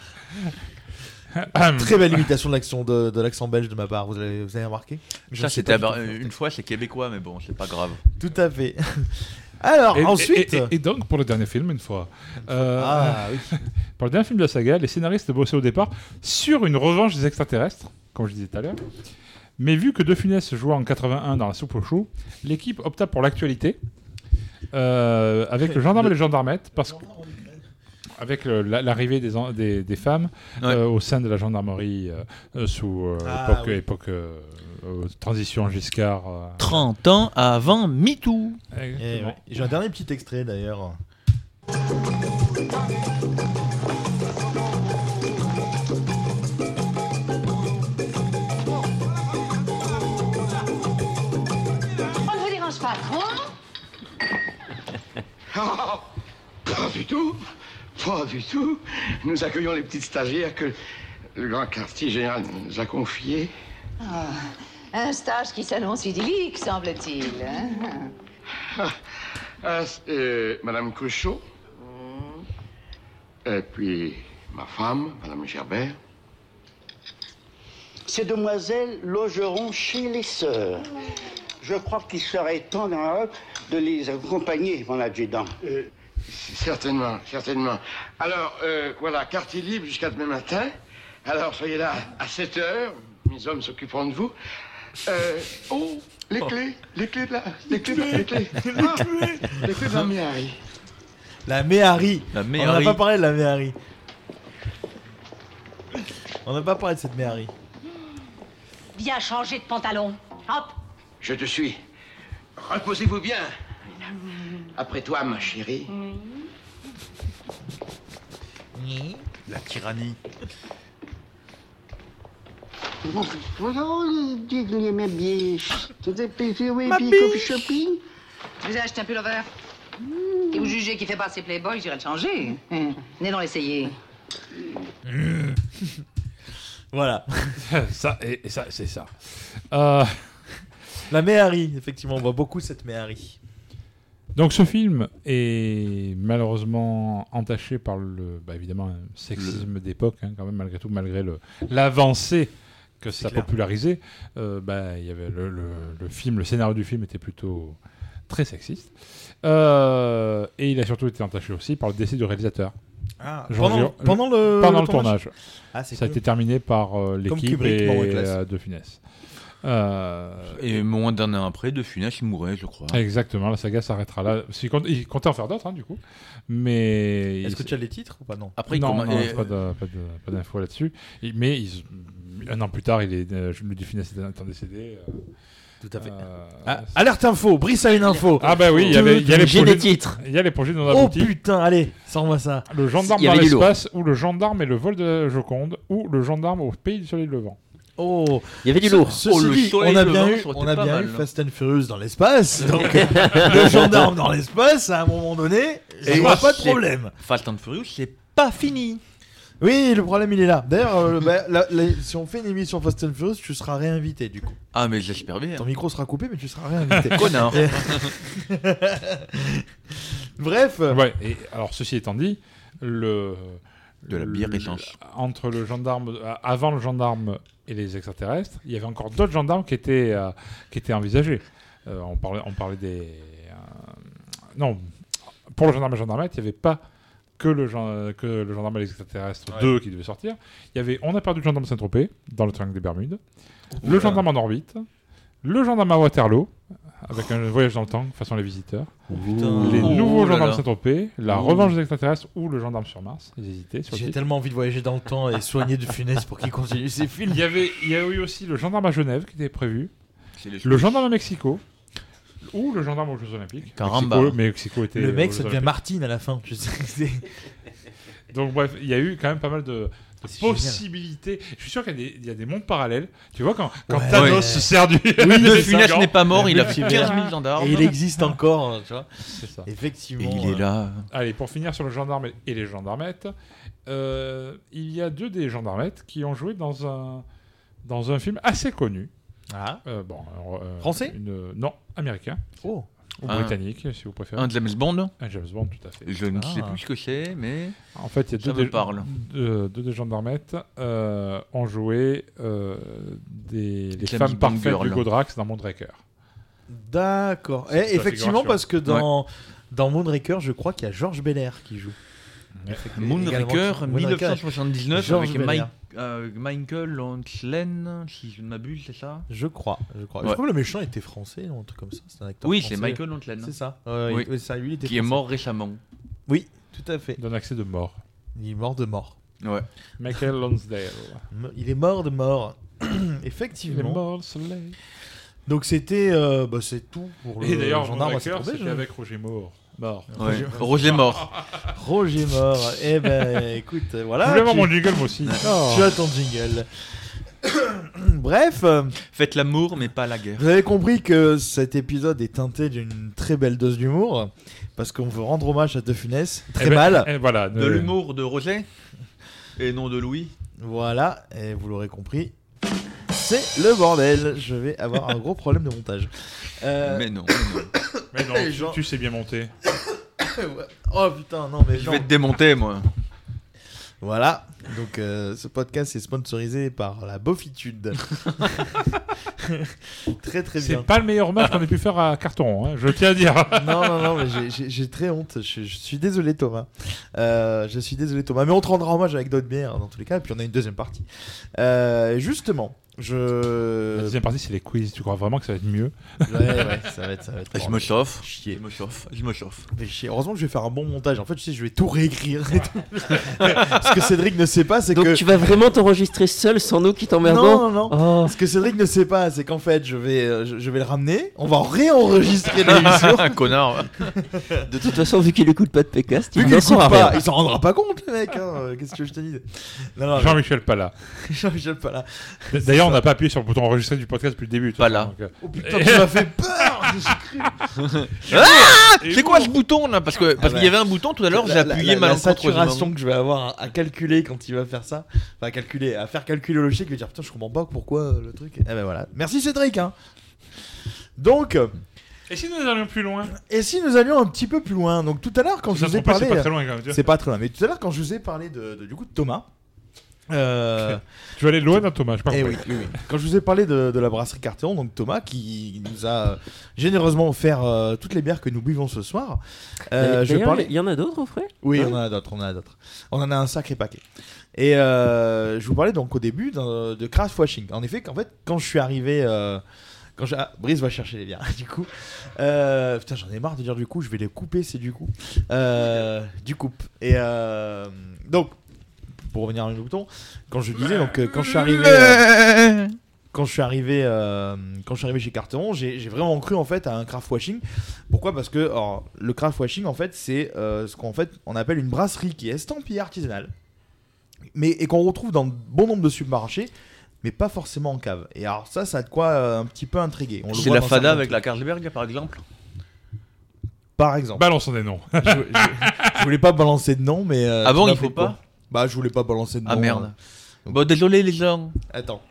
Hmm. Très belle imitation de l'action de, de l'accent belge de ma part. Vous avez, vous avez remarqué Je Ça, ne sais c'était euh, pas aber- du une fois, c'est québécois, mais bon, c'est pas grave. tout. Tout à fait. Alors Et- et- ensuite, Et, euh, et donc, pour le dernier film, une fois. euh, Ah, oui. Pour le dernier film de la saga, les scénaristes bossaient au départ sur une revanche des extraterrestres, comme je disais tout à l'heure. Mais vu que De Funès jouait en 81 dans La soupe aux choux, l'équipe opta pour l'actualité euh, avec le gendarme et les gendarmettes, parce que. Avec euh, la- l'arrivée des, en- des, des femmes euh, au sein de la gendarmerie euh, euh, sous euh, Ah, époque, oui. époque, euh, euh, transition Giscard. euh, 30 ans avant MeToo. Eh ouais. J'ai un dernier petit extrait d'ailleurs. On ne vous dérange pas trop Ah, pas du tout. Pas du tout. Nous accueillons les petites stagiaires que le grand quartier général nous a confiées. Ah, Un stage qui s'annonce idyllique, semble-t-il. hein. Ah, c'est, euh, Madame Cruchot. Mmh. Et puis ma femme, Madame Gerbert. Ces demoiselles logeront chez les sœurs. Je crois qu'il serait temps dans la Europe de les accompagner, mon adjudant. Certainement, certainement. Alors, euh, voilà, quartier libre jusqu'à demain matin. Alors, soyez là à 7 heures. Mes hommes s'occuperont de vous. Euh, oh, les clés, les clés de la... Les clés, de la- les clés. Ah, les clés de la Méhari. La méhari. La On n'a méhari. pas parlé de la méhari. On n'a pas parlé de cette méhari. Viens changer de pantalon. Hop Je te suis. Reposez-vous bien. Après toi, ma chérie. La tyrannie. Bonjour, mes bien. C'était plaisir, oui, Ma puis biche. coffee shopping. Je vous ai acheté un pullover. Hmm. Et vous jugez qu'il fait pas assez playboy, j'irai le changer. Venez donc l'essayer. Voilà. ça, et, et ça, c'est ça. Euh, La méhari, effectivement, on voit beaucoup cette méhari. Donc ce film est malheureusement entaché par le, bah, évidemment, un sexisme d'époque, hein, quand même, malgré tout, malgré le- l'avancée que ça clair. popularisait. Euh, bah, il y avait le, le- le film, le scénario du film était plutôt très sexiste. Euh, et il a surtout été entaché aussi par le décès du réalisateur. Ah, Jean pendant- Giraud- pendant Euh, le- pendant le le tournage. tournage. Ah, c'est ça a con. été terminé par euh, l'équipe Kubrick et pour Wendlands. euh, De Funès. Euh, Et moins d'un an après, De Funès, il mourait, je Ah, crois. Exactement, la saga s'arrêtera là. Parce qu'il compte- Il comptait en faire d'autres, hein, du coup. Mais. Est-ce il- que tu as les titres ou pas Non. Après, il non, commen- non, et- pas de- pas de- pas d'infos là-dessus. Il- Mais ils- un an plus tard, il est, euh, le Dufinesse est est décédé. euh, Tout à fait. Ah, alerte info, Brice a une info. Ah bah oui, il y avait, il y avait J'ai projet- des titres. Il y a les projets dans la Oh boutique. putain, allez, sors-moi ça. Le gendarme Il y dans avait du lourd. l'espace, ou le gendarme et le vol de la Joconde, ou le gendarme au pays du soleil levant. Oh, Il y avait du Ce- lourd. ceci Oh, le dit, soleil on a levant, bien, eu, ça aurait on été a pas bien mal, eu hein. Fast and Furious dans l'espace. Donc, le gendarme dans l'espace, à un moment donné, il n'y aura pas de c'est- problème. Fast and Furious, c'est Pas fini. Oui, le problème il est là. D'ailleurs, euh, le- bah, la- la- si on fait une émission Fast and Furious, tu seras réinvité du coup. Ah, mais j'espère bien. Ton micro sera coupé, mais tu seras réinvité. Connard. Et- Bref. Ouais, et alors ceci étant dit, le. De la bière le- étanche. Entre le gendarme, euh, avant le gendarme et les extraterrestres, il y avait encore d'autres gendarmes qui étaient, euh, qui étaient envisagés. Euh, on, parlait, on parlait des. euh, non, pour le gendarme et la gendarmette, il n'y avait pas que le, gen- que le gendarme et les extraterrestres 2 qui devait sortir. Il y avait On a perdu le gendarme Saint-Tropez dans le triangle des Bermudes, le gendarme en orbite, le gendarme à Waterloo, avec un voyage dans le temps, façon les visiteurs, putain. les Oh nouveaux là gendarmes là. Saint-Tropez, la Oh. revanche des extraterrestres ou le gendarme sur Mars. Ils hésitaient sur le J'ai titre. tellement envie de voyager dans le temps et soigner de funeste pour qu'il continue ses films. Il y, avait, il y a eu aussi le gendarme à Genève qui était prévu, C'est les- le gendarme à Mexico, ou le gendarme aux Jeux Olympiques. Caramba. Mexico- mais Mexico était. Le mec, aux ça Jeux devient Olympiques. Martine à la fin. tu sais. Donc bref, il y a eu quand même pas mal de, de génial. possibilités. Je suis sûr qu'il y, a des- il y a des mondes parallèles. Tu vois, quand, quand Ouais. Thanos Ouais. se sert du. Oui, des De cinq Funès ans. n'est pas mort, il a Effectivement. 15 000 gendarmes. Et il existe encore, hein, tu vois. C'est ça. Effectivement, Et il est euh. là. Allez, pour finir sur le gendarme et les gendarmettes, euh, il y a deux des gendarmettes qui ont joué dans un, dans un film assez connu. Ah. Euh, bon, alors, euh, Français une- Non, américain. Oh. Ou Un- britannique, si vous préférez. Ah. un de James Bond Un James Bond, tout à fait. Je ne sais Ah. plus ce que c'est, mais. En fait, il y a deux, Ça me des- parle. deux, deux des gendarmettes euh, ont joué euh, des, les James femmes Bond parfaites Girl. du Godrax dans Mondraker. D'accord. C'est Eh, sa effectivement, figuration. parce que dans, dans Moonraker, je crois qu'il y a Georges Belair qui joue. Effectivement, Moonraker, également qui- Moonraker, 1979, Georges avec Belair. Mike- euh, Michael Lanclen, si je ne m'abuse, c'est ça Je crois, je crois. Je Ouais. crois que le méchant était français, ou un truc comme ça. C'est un acteur Oui, français. c'est Michael Lanclen. C'est ça. Ouais, Oui. il- ouais, ça, lui, il était Qui est français. mort récemment. Oui, tout à fait. D'un accès de mort. Il est mort de mort. Ouais. Michael Lonsdale. Me- Il est mort de mort. Effectivement. Il est mort, le soleil. Donc c'était, euh, bah, c'est tout pour le Et d'ailleurs, gendarme à Mondraker, Saint-Tropez, c'était je- avec Roger Moore. Mort. Ouais. Roger mort. Roger mort. Eh ben, écoute, euh, voilà. Je voulais avoir tu- mon jingle, moi aussi. Oh. Tu as ton jingle. Bref, euh, Faites l'amour, mais pas la guerre. vous avez compris que cet épisode est teinté d'une très belle dose d'humour, parce qu'on veut rendre hommage à De Funès, très Eh ben, mal. eh voilà, De euh, l'humour de Roger et non de Louis. Voilà, et vous l'aurez compris, c'est le bordel. Je vais avoir un gros problème de montage. Euh, Mais non. Mais non, Les tu- gens- tu sais bien monter. Oh putain, non mais Je non. vais te démonter, moi. Voilà, donc euh, ce podcast est sponsorisé par la Beaufitude. très très bien. C'est pas le meilleur match qu'on ait pu faire à Carton, hein, je tiens à dire. non, non, non, mais j'ai- j'ai- j'ai très honte. Je, suis- je suis désolé, Thomas. Euh, je suis désolé, Thomas. Mais on te rendra hommage avec d'autres bières, hein, dans tous les cas. Et puis, on a une deuxième partie. Euh, justement, je. Euh, La deuxième partie, c'est les quiz. Tu crois vraiment que ça va être mieux Ouais, ouais, ça va être. Ça va être Ah, Je me chauffe. Chier. Je me chauffe. Je me chauffe. Mais chier. Heureusement que je vais faire un bon montage. En fait, tu sais, je vais tout réécrire. et tout. Ce que Cédric ne sait pas, c'est que. Donc tu vas vraiment t'enregistrer seul sans nous qui t'emmerdons Non, non, non. Oh. Ce que Cédric ne sait pas, c'est qu'en fait, je vais, euh, je, je vais le ramener. On va réenregistrer l'émission. Connard. De toute façon, vu qu'il écoute pas de podcast, Vu il qu'il n'en écoute saura pas, rien. il s'en rendra pas compte, le mec. hein. Euh, Qu'est-ce que je te dis Non, Ah non, mais- Jean-Michel Pala. Jean-Michel Pala. D'ailleurs, on n'a pas appuyé sur le bouton enregistrer du podcast depuis le début. euh, Pala. Oh putain, tu m'as fait peur Ah C'est quoi ce bouton là Parce que parce Ah qu'il y bah, avait un bouton tout à l'heure, la- j'ai la- appuyé la, la saturation malencontreusement. que je vais avoir à, à calculer quand il va faire ça. Enfin, à calculer, à faire calculer le chèque, je vais dire putain, je comprends pas pourquoi euh, le truc. Eh ben voilà. Merci Cédric. hein. Donc, euh, Et si nous allions plus loin et si nous allions un petit peu plus loin Donc tout à l'heure, quand Si je ça vous ai se trompe, parlé. c'est pas très loin, quand même, tu vois. C'est pas très loin. Mais tout à l'heure, quand je vous ai parlé de, de- du coup de Thomas. euh, Tu vas aller loin d'un Thomas, je Eh oui, oui, oui. Quand je vous ai parlé de, de la brasserie Cartéon, donc Thomas qui nous a généreusement offert euh, toutes les bières que nous buvons ce soir. D'ailleurs, euh, je vais parler- il y en a d'autres, au frais Oui, Hein on en a d'autres, on en a d'autres. On en a un sacré paquet. Et euh, je vous parlais donc au début d'un- de crash washing. En effet, qu'en fait, quand je suis arrivé, euh, quand j'ai- ah, Brice va chercher les bières. Du coup, Euh, putain, j'en ai marre de dire du coup. Je vais les couper, c'est du coup, Euh, du coup. Et euh, donc, pour revenir à mes boutons, quand je disais donc euh, quand je suis arrivé. euh, quand je suis arrivé euh, quand je suis arrivé chez Carteron, j'ai j'ai vraiment cru en fait à un craft washing. Pourquoi Parce que alors, le craft washing en fait c'est euh, ce qu'on fait on appelle une brasserie qui est estampillée artisanale, mais et qu'on retrouve dans bon nombre de supermarchés, mais pas forcément en cave. Et alors ça, ça a de quoi euh, un petit peu intriguer. On le C'est voit la dans fada certains avec la Carlsberg par exemple. par exemple. Balançons des noms. je, je- je voulais pas balancer de nom, mais. euh, Ah bon, tu m'as il faut fait con. pas Bah, je voulais pas balancer de nom. Ah merde. euh. Bon, désolé les gens. Attends.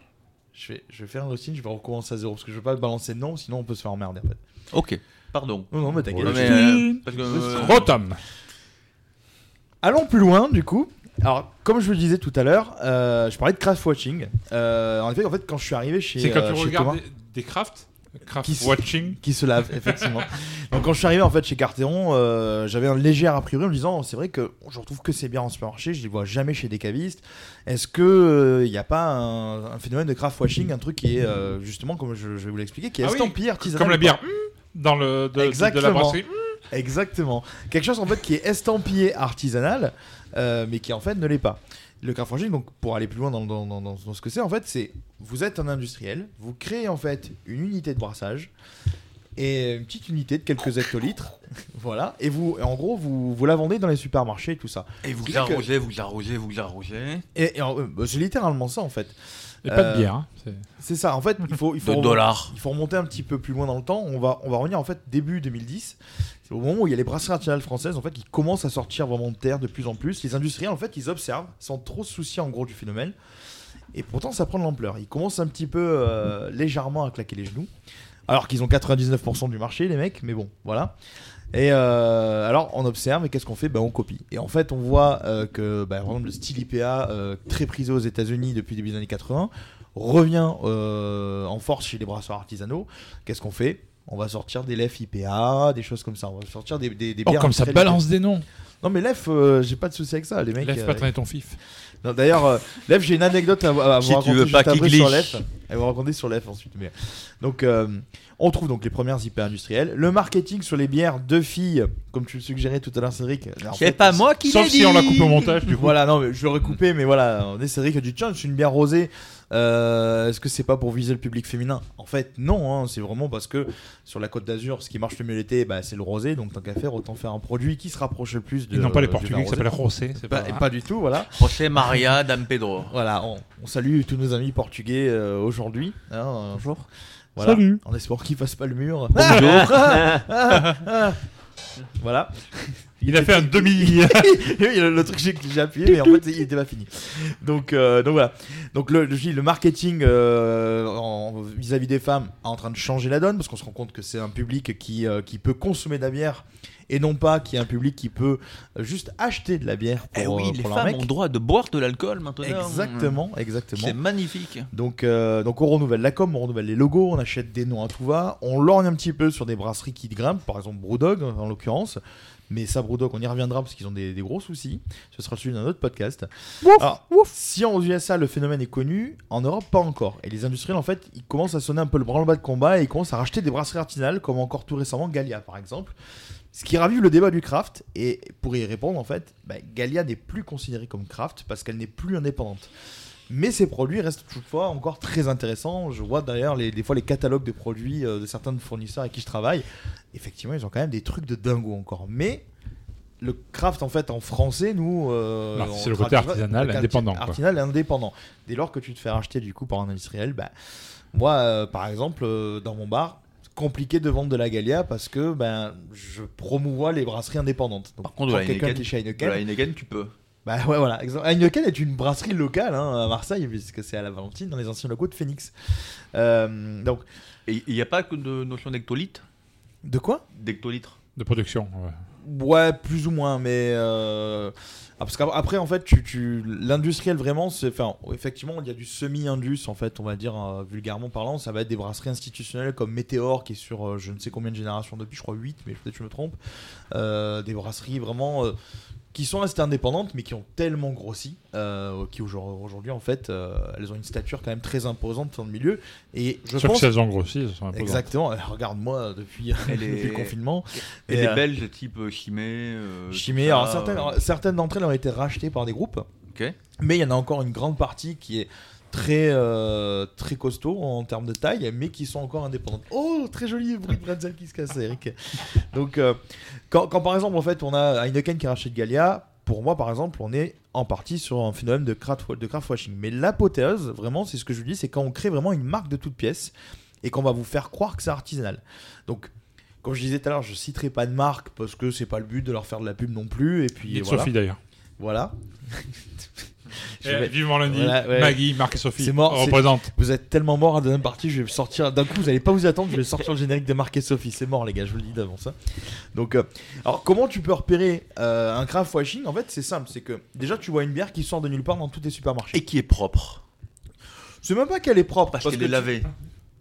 Je vais, je vais faire un routine, je vais recommencer à zéro parce que je veux pas balancer de nom, sinon on peut se faire emmerder en fait. Ok, pardon. Non, non, mais t'inquiète. Ouais, mais, Oui. euh, parce que, euh, Rotom. Allons plus loin du coup. Alors, comme je vous le disais tout à l'heure, euh, je parlais de craft watching. Euh, en effet, en fait, quand je suis arrivé chez. C'est quand euh, tu chez regardes Thomas- des, des crafts Craft qui se- watching. qui se lave effectivement. Donc quand je suis arrivé en fait chez Carteron, euh, j'avais un léger a priori en me disant c'est vrai que je retrouve que ces bières en supermarché, je les vois jamais chez des cavistes. Est-ce que il n'y a pas un, un phénomène de craft washing, un truc qui est euh, justement comme je, je vais vous l'expliquer, qui est Ah oui, estampillé artisanal comme la ou bière, pas hmm, dans le de, de- de la Exactement. brasserie. Exactement. Quelque chose en fait qui est estampillé artisanal, euh, mais qui en fait ne l'est pas. Le craft washing, donc pour aller plus loin dans, dans- dans- dans- dans ce que c'est, en fait, c'est vous êtes un industriel, vous créez en fait une unité de brassage et une petite unité de quelques hectolitres, voilà, et vous, et en gros, vous, vous la vendez dans les supermarchés et tout ça. Et vous Ce qui fait que- l'arrosez, vous l'arrosez, vous l'arrosez. et, et en- euh, bah, c'est littéralement ça en fait. Et Euh, pas de bière, hein, c'est- C'est ça. En fait, il faut, il faut De dollars. Il faut remonter un petit peu plus loin dans le temps. On va, on va revenir en fait début 2010. C'est au moment où il y a les brasseries artisanales françaises en fait qui commencent à sortir vraiment de terre de plus en plus. Les industriels en fait ils observent sans trop se soucier en gros du phénomène. Et pourtant ça prend de l'ampleur. Ils commencent un petit peu euh, légèrement à claquer les genoux. Alors qu'ils ont 99% du marché, les mecs, mais bon, voilà. Et euh, alors, on observe et qu'est-ce qu'on fait ben, On copie. Et en fait, on voit euh, que bah, par exemple, le style IPA, euh, très prisé aux États-Unis depuis le début des années 80, revient euh, en force chez les brasseurs artisanaux. Qu'est-ce qu'on fait On va sortir des lèvres IPA, des choses comme ça. On va sortir des, des, des Oh, bières comme ça très balance légères. des noms. Non, mais Lef, euh, j'ai pas de souci avec ça, les mecs. Lef, euh, pas traîner ton fif. Non, D'ailleurs, euh, Lef, j'ai une anecdote à, à vous Si tu raconter veux juste pas après qu'il sur glitch. Lef. Elle va raconter sur l'EF ensuite. Mais... Donc, euh, on trouve donc les premières IP industrielles. Le marketing sur les bières de filles, comme tu le suggérais tout à l'heure, Cédric. Alors, en C'est fait, pas moi qui Sauf l'ai si on la dit. coupe au montage, du coup. Voilà, non, mais je l'aurais coupé, mais voilà. On est Cédric qui a dit Tiens, c'est une bière rosée. Euh, Est-ce que c'est pas pour viser le public féminin En fait, non. hein, c'est vraiment parce que sur la côte d'Azur, ce qui marche le mieux l'été, bah, c'est le rosé. Donc, tant qu'à faire, autant faire un produit qui se rapproche le plus de. Ils n'ont pas les du vin Portugais qui s'appellent rosé, c'est Pas, pas- Bah, et pas du tout, voilà. José Maria Dam Pedro. Voilà, on, on salue tous nos amis portugais euh, aujourd'hui. Bonjour. Salut. En espérant qu'ils fassent pas le mur. Bonjour. Ah, ah, ah. voilà. Il a fait un demi. Oui, le, le truc j'ai que j'ai appuyé, mais en fait il était pas fini. Donc, euh, donc voilà. Donc le, le, je dis, le marketing euh, en- vis-à-vis des femmes est en train de changer la donne parce qu'on se rend compte que c'est un public qui, euh, qui peut consommer de la bière et non pas qui est un public qui peut euh, juste acheter de la bière pour, Eh oui, euh, les pour leur femmes mec. ont le droit de boire de l'alcool maintenant. Mmh. Exactement, exactement. C'est magnifique. Donc, euh, donc on renouvelle la com, on renouvelle les logos, on achète des noms à tout va, on lorgne un petit peu sur des brasseries qui grimpent, par exemple Brewdog en l'occurrence. Mais ça, Brewdog, on y reviendra parce qu'ils ont des, des gros soucis. Ce sera le sujet d'un autre podcast. Alors, Si en USA le phénomène est connu, en Europe pas encore. Et les industriels, en fait, ils commencent à sonner un peu le branle-bas de combat et ils commencent à racheter des brasseries artisanales, comme encore tout récemment Gallia, par exemple. Ce qui ravive le débat du craft, et pour y répondre, en fait, bah, Gallia n'est plus considérée comme craft parce qu'elle n'est plus indépendante. Mais ces produits restent toutefois encore très intéressants. Je vois d'ailleurs les- des fois les catalogues de produits euh, de certains fournisseurs avec qui je travaille. Effectivement, ils ont quand même des trucs de dingo encore. Mais le craft, en fait, en français, nous. euh, Non, on c'est le côté traduit- artisanal, le côté indépendant, quoi. Artisanal et indépendant. Dès lors que tu te fais racheter du coup par un industriel, bah, moi, euh, par exemple, euh, dans mon bar, c'est compliqué de vendre de la Galia parce que ben je promouvois les brasseries indépendantes. Donc, Par contre, de la prends quelqu'un Heineken, qui est chez Heineken, de la Heineken, tu peux. bah ouais, voilà. Exa- Heineken est une brasserie locale hein, à Marseille, puisque c'est à la Valentine, dans les anciens locaux de Phoenix. Euh, donc. Et il n'y a pas que de notion d'hectolitre De quoi D'hectolitre. De production. ouais. Ouais, plus ou moins, mais. euh, ah, parce qu'après, en fait, tu, tu- l'industriel vraiment, c'est. Enfin, effectivement, il y a du semi-indus, en fait, on va dire, euh, vulgairement parlant. Ça va être des brasseries institutionnelles comme Météor, qui est sur euh, je ne sais combien de générations depuis, je crois 8, mais peut-être je me trompe. Euh, des brasseries vraiment. euh, qui sont restées indépendantes, mais qui ont tellement grossi, euh, qui aujourd'hui, aujourd'hui, en fait, euh, elles ont une stature quand même très imposante dans le milieu. Et je Sauf que pense. si elles ont grossi, elles sont imposantes. Exactement. Alors, Regarde-moi depuis, euh, Elle depuis est- le confinement. Et des euh, Belges type euh, Chimay. euh, Chimé, tout ça, alors certaines, euh, certaines d'entre elles ont été rachetées par des groupes, Ok. mais il y en a encore une grande partie qui est très euh, très costaud en termes de taille, mais qui sont encore indépendantes. Oh, très joli le bruit de bretzel qui se casse, Eric. Donc, euh, quand, quand, par exemple, en fait, on a Heineken qui a racheté de Gallia, pour moi, par exemple, on est en partie sur un phénomène de craft, de craft washing. Mais l'apothéose, vraiment, c'est ce que je vous dis, c'est quand on crée vraiment une marque de toute pièce et qu'on va vous faire croire que c'est artisanal. Donc, comme je disais tout à l'heure, je citerai pas de marque parce que c'est pas le but de leur faire de la pub non plus. Et puis Dites voilà. Sophie, d'ailleurs. Voilà. Je Eh, vivement lundi. Maggie, Marc et Sophie, C'est mort. c'est- représente. Vous êtes tellement mort à la deuxième partie, je vais sortir. D'un coup, vous allez pas vous attendre, je vais sortir le générique de Marc et Sophie. C'est mort, les gars, je vous le dis d'avance. hein. Donc, euh, alors, comment tu peux repérer euh, un craft washing En fait, c'est simple. C'est que déjà, tu vois une bière qui sort de nulle part dans tous tes supermarchés. Et qui est propre. C'est même pas qu'elle est propre. Parce qu'elle est que tu- lavée.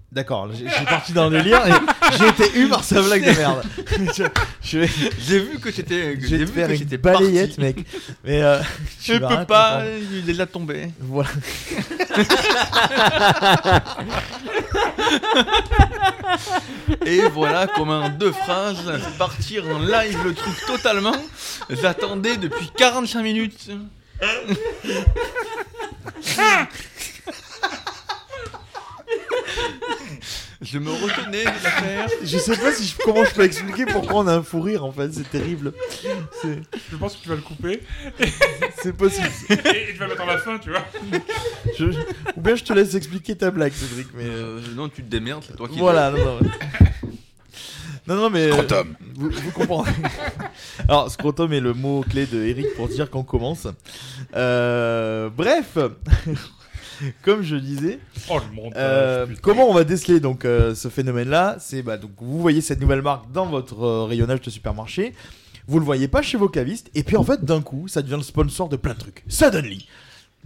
D'accord, j'ai- je suis parti dans le délire et j'ai été eu par sa blague de merde. je, je- J'ai vu que c'était. Je vais j'ai te vu faire que une j'étais balayette, parti. mec. Mais euh, je tu vas rien peux pas, comprendre. il est là tombé. Voilà. Et voilà comment en deux phrases partir en live le truc totalement. J'attendais depuis 45 minutes. Je me retenais de la faire. Je sais pas si je, comment je peux expliquer pourquoi on a un fou rire en fait, c'est terrible. C'est- Je pense que tu vas le couper. C'est possible. Et tu vas mettre à la fin, tu vois. je- ou bien je te laisse expliquer ta blague, Cédric. Mais Euh, non, tu te démerdes, c'est toi qui. voilà, non, non. Non, non, mais. euh, Vous, vous comprenez. Alors, scrotum est le mot clé de Eric pour dire qu'on commence. Euh, bref, comme je disais, Oh, le montage, euh, putain. comment on va déceler donc euh, ce phénomène-là C'est bah, donc vous voyez cette nouvelle marque dans votre euh, rayonnage de supermarché. Vous le voyez pas chez vos cavistes, et puis en fait, d'un coup, ça devient le sponsor de plein de trucs. Suddenly,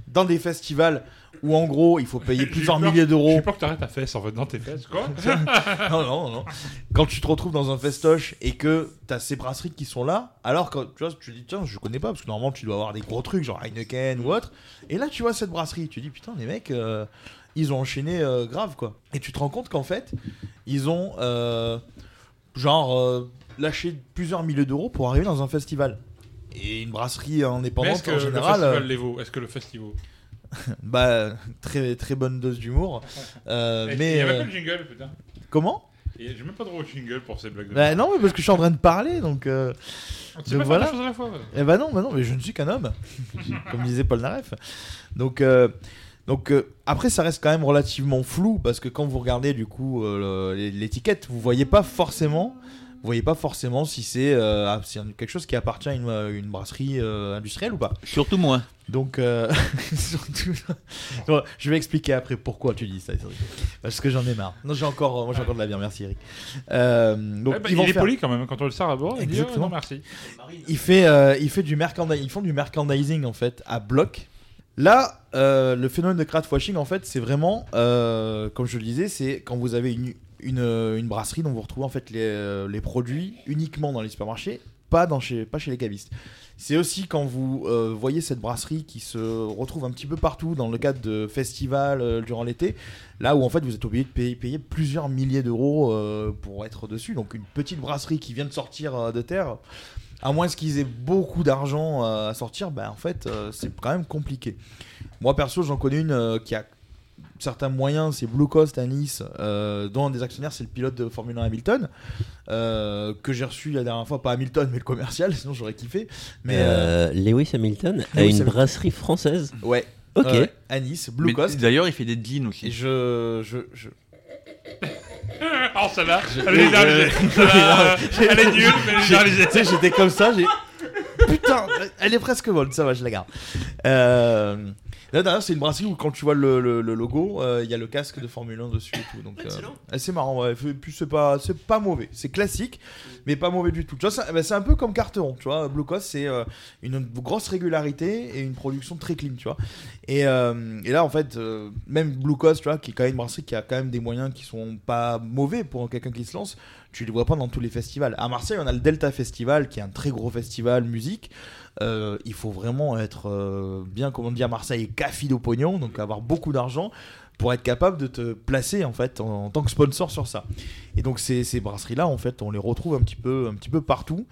dans des festivals où en gros, il faut payer plusieurs milliers d'euros. J'ai peur que t'arrêtes ta fesse en fait dans tes fesses, quoi. Ah non, non, non. Quand tu te retrouves dans un festoche et que t'as ces brasseries qui sont là, alors que tu vois, tu dis tiens, je connais pas parce que normalement tu dois avoir des gros trucs genre Heineken ou autre, et là tu vois cette brasserie, tu dis putain les mecs, euh, ils ont enchaîné euh, grave quoi. Et tu te rends compte qu'en fait, ils ont euh, genre euh, lâché plusieurs milliers d'euros pour arriver dans un festival. Et une brasserie Mais indépendante est-ce que en général. le festival euh, les vaut Est-ce que le festival bah très très bonne dose d'humour. Euh, Et- mais Eh, Il y avait euh, pas le jingle, putain. comment Et j'ai même pas droit au jingle pour ces blagues. de Bah merde. non, mais parce que je suis en train de parler, donc. Euh, Tu sais pas faire deux choses à la fois, ouais. Eh bah non, bah non, mais je ne suis qu'un homme, comme disait Paul Naref. Donc, euh, donc euh, après, ça reste quand même relativement flou parce que quand vous regardez du coup euh, le- l'étiquette, vous voyez pas forcément, vous voyez pas forcément si c'est euh, ah, si quelque chose qui appartient à une, euh, une brasserie euh, industrielle ou pas. Surtout moi. Donc, euh, surtout. Non, je vais expliquer après pourquoi tu dis ça, Cédric. Parce que j'en ai marre. Non, j'ai encore, moi j'ai encore de la bière. Merci, Eric. Euh, donc, Eh ben, ils vont il est faire- poli quand même quand on le sert à bord. Il dit oh, Exactement. non, merci. il fait, euh, il fait du merchandising, ils font du merchandising en fait à bloc. Là, euh, le phénomène de crowdwashing en fait, c'est vraiment, euh, comme je le disais, c'est quand vous avez une, une, euh, une brasserie dont vous retrouvez en fait les, euh, les produits uniquement dans les supermarchés, pas dans chez, pas chez les cavistes. C'est aussi quand vous euh, voyez cette brasserie qui se retrouve un petit peu partout dans le cadre de festivals euh, durant l'été, là où en fait vous êtes obligé de payer, payer plusieurs milliers d'euros euh, pour être dessus. Donc une petite brasserie qui vient de sortir euh, de terre, à moins qu'ils aient beaucoup d'argent euh, à sortir, bah, en fait, euh, c'est quand même compliqué. Moi, perso, j'en connais une euh, qui a certains moyens, c'est Blue Coast à Nice, euh, dont un des actionnaires, c'est le pilote de Formule 1 Hamilton, euh, que j'ai reçu la dernière fois, pas Hamilton, mais le commercial, sinon j'aurais kiffé. Mais, Euh, Lewis Hamilton a Lewis une Hamilton. brasserie française. Ouais. Ok. Ouais, ouais, à Nice, Blue Mais Coast. D'ailleurs, il fait des jeans aussi. Je. je, je... Oh, ça va. Elle est nulle, elle est nulle, mais elle est euh, J'ai- généralisée. Tu sais, j'étais comme ça, j'ai. Putain, elle est presque bonne, ça va, je la garde. Euh... Là, d'ailleurs, c'est une brasserie où quand tu vois le, le- le logo, euh, il y a le casque de Formule 1 dessus et tout. Donc, euh, eh, c'est marrant, ouais. Et puis c'est pas, c'est pas mauvais. C'est classique, mais pas mauvais du tout. Tu vois, ça- bah, c'est un peu comme Carteron, tu vois. Blue Coast, c'est euh, une grosse régularité et une production très clean, tu vois. Et, euh, et là, en fait, euh, même Blue Coast, tu vois, qui est quand même une brasserie qui a quand même des moyens qui sont pas mauvais pour quelqu'un qui se lance, tu les vois pas dans tous les festivals. À Marseille, on a le Delta Festival, qui est un très gros festival musique. Euh, il faut vraiment être euh, bien, comme on dit à Marseille, café au pognon, donc avoir beaucoup d'argent pour être capable de te placer en fait en, en tant que sponsor sur ça. Et donc ces, ces brasseries-là, en fait, on les retrouve un petit peu, un petit peu partout.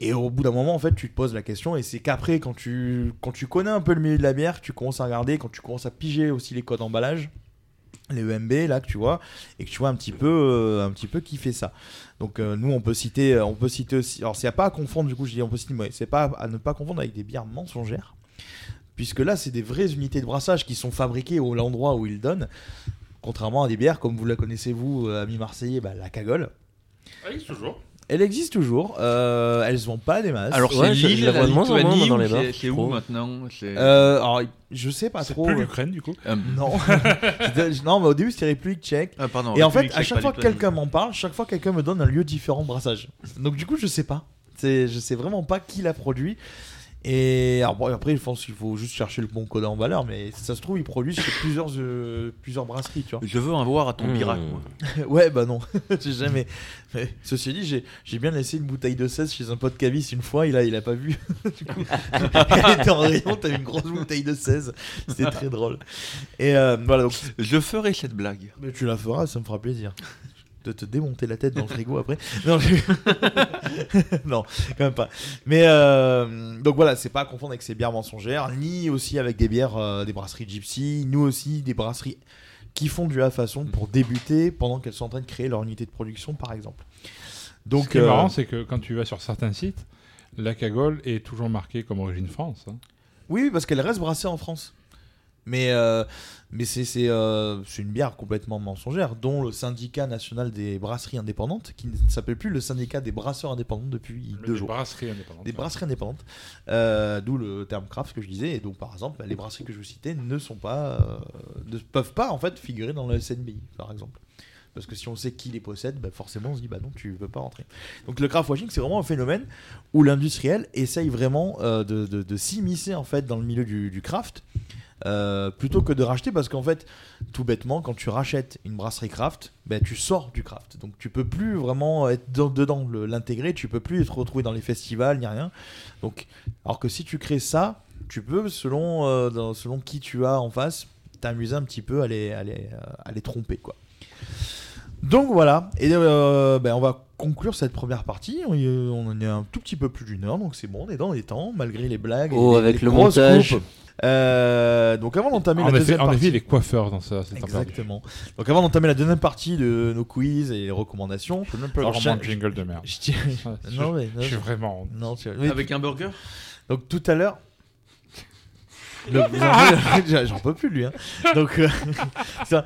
Et au bout d'un moment, en fait, tu te poses la question, et c'est qu'après, quand tu, quand tu connais un peu le milieu de la bière, tu commences à regarder, quand tu commences à piger aussi les codes emballage, les EMB là que tu vois et que tu vois un petit peu euh, un petit peu qui fait ça donc euh, nous on peut citer euh, on peut citer aussi alors c'est à pas à confondre du coup je dis on peut citer mais c'est pas à ne pas confondre avec des bières mensongères puisque là c'est des vraies unités de brassage qui sont fabriquées au l'endroit où ils donnent contrairement à des bières comme vous la connaissez vous euh, amis marseillais bah, la cagole Ah Allez, toujours. elle existe toujours euh, elles se vendent pas des masses Alors, c'est Ouais, je- je l'île, la vois de la moins en moins, Lituanie, moi, dans les ou bars, c'est- je c'est où trouve. maintenant C'est- Euh, alors, je sais pas trop plus l'Ukraine, du coup Euh, non C'était- non mais au début c'était République tchèque Ah, pardon, et en fait République à tchèque, chaque pas fois que Lituanie. quelqu'un m'en parle chaque fois quelqu'un me donne un lieu différent de brassage donc du coup je sais pas c'est je sais vraiment pas qui l'a produit Et alors, bon, après, je pense qu'il faut juste chercher le bon code en valeur, mais si ça se trouve, ils produisent chez plusieurs, euh, plusieurs brasseries, tu vois. Je veux un voir à ton birac, moi. ouais, bah non, j'ai jamais. mais ceci dit, j'ai, j'ai bien laissé une bouteille de 16 chez un pote caviste une fois, il a, il a pas vu. du coup, elle était en rayon, t'avais une grosse bouteille de 16. C'était très drôle. Et euh, voilà, donc. Je ferai cette blague. Mais tu la feras, ça me fera plaisir. De te démonter la tête dans le frigo après. Non, je- non, quand même pas. Mais euh, donc voilà, c'est pas à confondre avec ces bières mensongères, ni aussi avec des bières euh, des brasseries gypsy, nous aussi des brasseries qui font du à façon Mm. pour débuter pendant qu'elles sont en train de créer leur unité de production, par exemple. Donc, Ce qui est euh, marrant, c'est que quand tu vas sur certains sites, la cagole est toujours marquée comme origine France. hein. Oui, oui, parce qu'elle reste brassée en France. Mais, euh, mais c'est c'est, euh, c'est une bière complètement mensongère, dont le syndicat national des brasseries indépendantes, qui ne s'appelle plus le syndicat des brasseurs indépendants depuis deux des jours. brasseries indépendantes, Des brasseries indépendantes, euh, d'où le terme craft que je disais. Et donc, par exemple, bah, les brasseries que je vous citais ne sont pas, euh, ne peuvent pas en fait figurer dans le SNBI, par exemple. Parce que si on sait qui les possède, bah, forcément on se dit bah non, tu ne peux pas rentrer. Donc le craft washing, c'est vraiment un phénomène où l'industriel essaye vraiment euh, de, de- de s'immiscer en fait dans le milieu du, du craft. euh, plutôt que de racheter parce qu'en fait tout bêtement quand tu rachètes une brasserie craft bah, tu sors du craft donc tu peux plus vraiment être dans- dedans le- l'intégrer tu peux plus te retrouver dans les festivals ni rien donc alors que si tu crées ça tu peux selon, euh, dans- selon qui tu as en face t'amuser un petit peu à les, à les, euh, à les tromper quoi donc voilà, et euh, ben, on va conclure cette première partie. On, y- on en est un tout petit peu plus d'une heure, donc c'est bon, on est dans les temps, malgré les blagues. et Oh, les- avec les le grosses montage. coupes. Euh, donc avant d'entamer En la effet- deuxième en effet, partie, il est coiffeur dans ça, c'est un peu Exactement. Donc avant d'entamer la deuxième partie de nos quiz et les recommandations, je peux même pas avoir mon jingle de merde. Je tiens- Je- Non, mais- je suis vraiment honte. Non, tu- Avec un burger Donc tout à l'heure. Le- vous en voulez- J'en- J'en peux plus de lui. hein. Donc, euh, ça,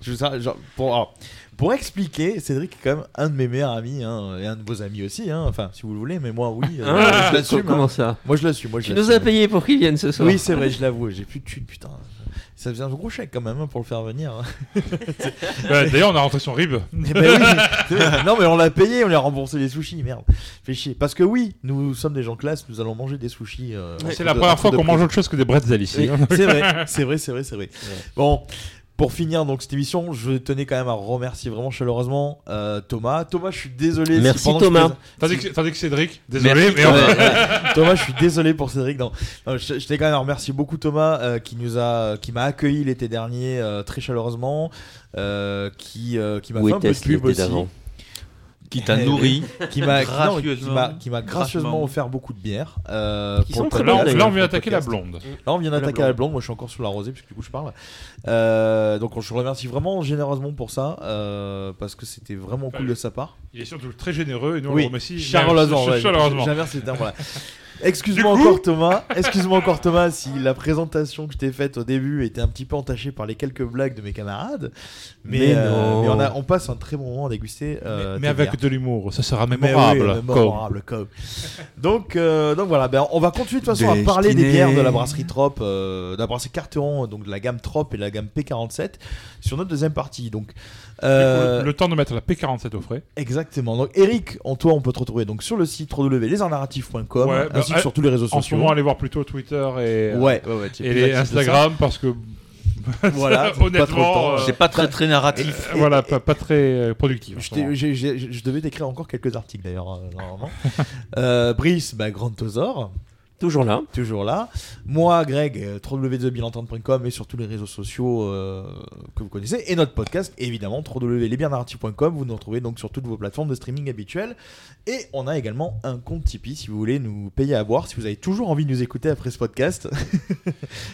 je- ça, genre, pour, alors, pour expliquer, Cédric est quand même un de mes meilleurs amis hein, et un de vos amis aussi. hein. enfin, si vous le voulez, mais moi, oui, euh, Ah, je l'assume. comment hein. ça Moi, je l'assume. moi, je Tu nous l'assume. as payé pour qu'il vienne ce soir. Oui, c'est vrai, je l'avoue. J'ai plus de thunes, putain. Ça faisait un gros chèque quand même hein, pour le faire venir. hein. Bah, D'ailleurs, on a rentré son rib. Eh ben oui, c'est vrai. non mais on l'a payé, on lui a remboursé les sushis, merde. Fait chier. Parce que oui, nous sommes des gens classe, nous allons manger des sushis. euh, C'est entre la deux- première entre fois deux qu'on prises. mange autre chose que des bretzels ici. hein. Oui, C'est vrai, c'est vrai, c'est vrai, c'est vrai. Bon, pour finir donc cette émission, je tenais quand même à remercier vraiment chaleureusement euh, Thomas. Thomas, je suis désolé. si pendant que je présente- Tandis que, tandis que Cédric, désolé, mais on- Ouais, ouais. Thomas, je suis désolé pour Cédric. Non, Non, je, je t'ai quand même remercié beaucoup Thomas euh, qui nous a, qui m'a accueilli l'été dernier euh, très chaleureusement, euh, qui euh, qui m'a Où fait un peu de était-ce pub l'été aussi. d'avant Qui t'a nourri. qui m'a qui- non, qui Gracieusement. m'a- qui m'a gracieusement Gracement. offert beaucoup de bières. euh, Qui pour sont le très podcast, bonnes, d'ailleurs. pour le Là, on vient attaquer podcast. la blonde. Là on vient La d'attaquer blonde. la blonde. Moi je suis encore sur la rosée puisque du coup je parle. Euh, donc je vous remercie vraiment généreusement pour ça euh, parce que c'était vraiment cool de sa part. Il est surtout très généreux et nous on Oui, le remercie. Charles Bah, mais- Lazan, ouais, chaleureusement. j'inverse les termes, voilà. Excuse-moi encore Thomas, excuse-moi encore Thomas si la présentation que je t'ai faite au début était un petit peu entachée par les quelques blagues de mes camarades, mais, Mais euh, non. mais on, a- on passe un très bon moment à déguster. euh, tes Mais avec bières. de l'humour, ça sera Mais mémorable. oui, mémorable, comme. Donc, euh, donc voilà, ben, on va continuer de toute façon à parler des Destiné. bières de la brasserie Trop, euh, de la brasserie Carteron, donc de la gamme Trop et de la gamme P47 sur notre deuxième partie. Donc, euh, Le temps de mettre la P47 au frais. Exactement. Donc Eric, en toi, on peut te retrouver donc sur le site www.lesarnarratifs.com Ouais, bah, ainsi que sur tous les réseaux En ce sociaux. moment, allez voir plutôt Twitter et, euh, Ouais, ouais, ouais, t'es et plus les actif de Instagram ça. parce que. Voilà, honnêtement, euh, C'est pas très très narratif. euh, voilà, pas, pas très euh, productif. en Je, ce t'ai- moment. j'ai- j'ai- je- je devais t'écrire encore quelques articles d'ailleurs, euh, normalement. Euh, Brice, bah, Grand Tosaur. Toujours là. Toujours là. Moi, Greg, euh, www.bilentente.com et sur tous les réseaux sociaux euh, que vous connaissez. Et notre podcast, évidemment, www.lesbiennarratifs.com. Vous nous retrouvez donc sur toutes vos plateformes de streaming habituelles. Et on a également un compte Tipeee si vous voulez nous payer à boire, si vous avez toujours envie de nous écouter après ce podcast.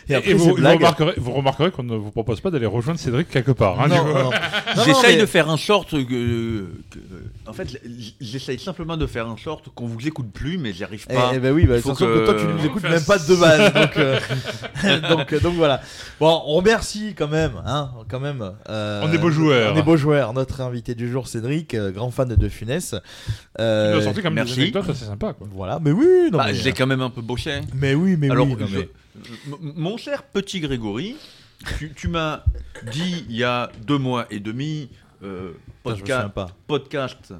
Et, après et ces vous, vous blagues. remarquerez, vous remarquerez qu'on ne vous propose pas d'aller rejoindre Cédric quelque part. hein, Non, du coup. non. J'essaye de faire en sorte que, que- En fait, j- j'essaye simplement de faire en sorte qu'on vous écoute plus, mais j'y arrive Eh, pas. eh ben oui, bah, de toute façon, que toi tu nous écoutes même pas de base, donc, euh, donc, euh, donc voilà. Bon, on remercie quand même, hein, quand même. euh, On est beaux joueurs. On est beaux joueurs. Notre invité du jour, Cédric, euh, grand fan de De Funès. Il Euh, nous a sorti comme des merci. anecdotes assez sympas. Quoi. Voilà, mais oui, non, Bah, mais- euh, J'ai quand même un peu bossé. Mais oui, mais Alors, oui, non, je- mais- m- mon cher petit Grégory, tu, tu m'as dit il y a deux mois et demi, Putain, euh, je me souviens podcast, pas. podcast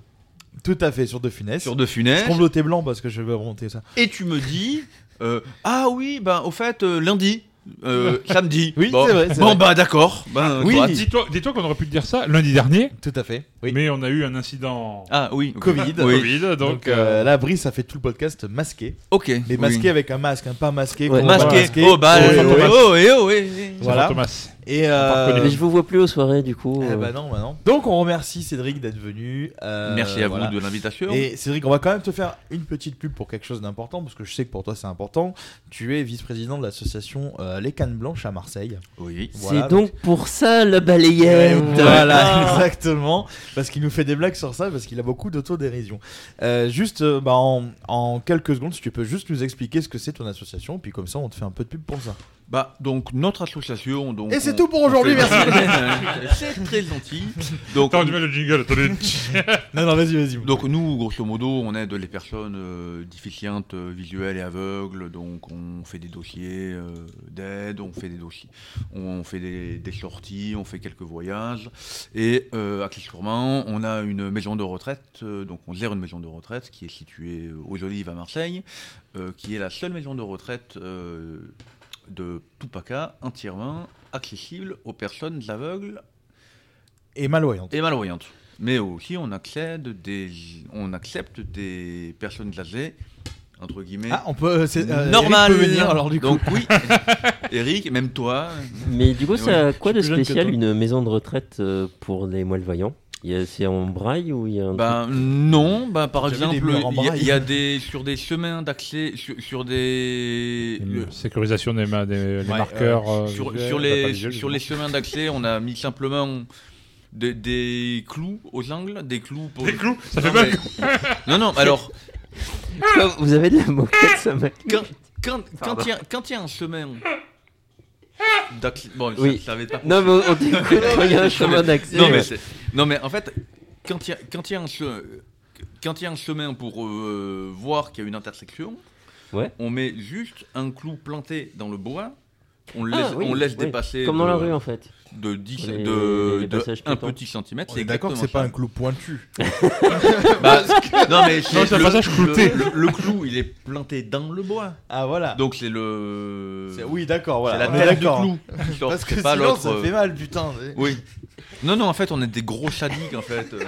Tout à fait, sur De Funès. Sur De Funès. Je trompe le blanc parce que je vais remonter ça. Et tu me dis, euh, ah oui, ben au fait, euh, lundi, euh, samedi. Oui, Bon. c'est vrai, c'est Bon, vrai. bah d'accord. Ben, oui, toi, dis- Bah, dis-toi dis-toi qu'on aurait pu te dire ça lundi dernier. Tout à fait. Mais on a eu un incident. Ah oui, ok. Covid. Oui. Covid, donc, donc euh, euh, là, Brice a fait tout le podcast masqué. Ok. Mais masqué avec un masque, un pas masqué. Ouais, gros masqué. bras Oh, bah, Saint oh, Thomas. oh, eh, oh, eh, eh. Voilà. Saint Thomas. Et euh, Mais je vous vois plus aux soirées du coup. Eh Oh. euh. bah non, bah non. Donc on remercie Cédric d'être venu. euh, Merci à vous de l'invitation. Et Cédric, on va quand même te faire une petite pub pour quelque chose d'important, parce que je sais que pour toi c'est important. Tu es vice-président de l'association euh, Les Cannes Blanches à Marseille. Oui. C'est donc pour ça la balayette. Voilà, Ah. exactement. Parce qu'il nous fait des blagues sur ça, parce qu'il a beaucoup d'autodérision. Euh, juste euh, bah, en, en quelques secondes, si tu peux juste nous expliquer ce que c'est ton association, puis comme ça on te fait un peu de pub pour ça. Bah, donc notre association. Donc, Et c'est on- tout pour on aujourd'hui, fait- merci. c'est très gentil. Donc, Attends, tu mets le jingle, attendez. non, non, vas-y, vas-y. Donc, nous, grosso modo, on aide les personnes euh, déficientes euh, visuelles et aveugles. Donc, on fait des dossiers euh, d'aide, on fait des dossiers, on fait des, des sorties, on fait quelques voyages. Et euh, accessoirement, on a une maison de retraite. euh, donc, on gère une maison de retraite qui est située aux Olives à Marseille, euh, qui est la seule maison de retraite. euh, de Tupacca entièrement accessible aux personnes aveugles Et malvoyante. et malvoyantes. Mais aussi, on accède des, on accepte des personnes âgées entre guillemets. Ah, on peut- c'est, euh, normal. Eric peut venir, alors, du coup. Donc oui, Eric, même toi. Mais du coup, Et ça a ouais. quoi de Je suis plus jeune que spécial toi. une maison de retraite euh, pour les malvoyants Il y a- C'est en braille ou il y a un Bah. Ben truc non, ben par J'avais des exemple, murs en il y a- braille. il y, a des sur des chemins d'accès, sur, sur des le- Sécurisation des, ma- des- les Ouais, marqueurs. euh, euh, sur, visuels, sur pas les, visuels, sur les chemins d'accès, on a mis simplement des, des clous aux angles, des clous pour. Des clous Ça Non, fait mal. mais- Non, non, alors. Quoi, Vous avez de la moquette, ça m'a. Quand quand- quand Pardon. il y a- quand il y, a un chemin. d'accès- Bon, ça- Oui. ça, avait pas. Non, mais on- on dit que quand il y a un chemin d'accès- Non, mais, c'est- non, mais en fait, quand il y a- quand il y, a un che- quand il y a un chemin pour euh, voir qu'il y a une intersection, Ouais. on met juste un clou planté dans le bois. On le Ah, laisse, oui, on laisse oui. dépasser. Comme dans de- la rue, en fait. De 10 Les- de, les de passages un piétons. petit centimètre. On c'est est d'accord que exactement c'est pas ça. un clou pointu. Bah, non, mais Non, c'est un passage clouté. Le, le clou, il est planté dans le bois. Ah voilà. Donc c'est le. C'est- oui, d'accord, voilà. C'est On est la tête du d'accord. clou. qui sort, Parce que c'est pas sinon, l'autre, ça euh. fait mal, putain. Oui. Non, non, en fait, on est des gros sadiques, en fait. euh.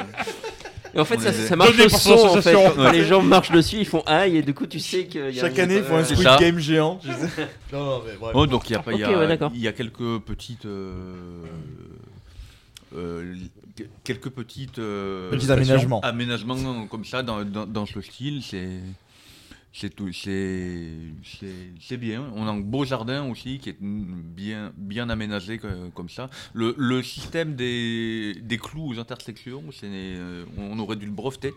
Et en fait, On ça, est des- ça marche au son, en fait. Quand les gens marchent dessus, ils font aïe, et du coup, tu sais qu'il y a. Euh, Chaque année, ils font un C'est Squid ça. Game géant. je sais. Non, non, mais bref. Ouais, Oh, donc il y a, pas- il y a- Ok, ouais, d'accord. il y a quelques petites. euh, euh, quelques petites. euh, Petits stations, aménagements. Aménagements comme ça, dans, dans, dans ce style, c'est. C'est tout, c'est, c'est, c'est bien. On a un beau jardin aussi qui est bien, bien aménagé co- comme ça. Le, le système des, des clous aux intersections, c'est, euh, on aurait dû le breveter.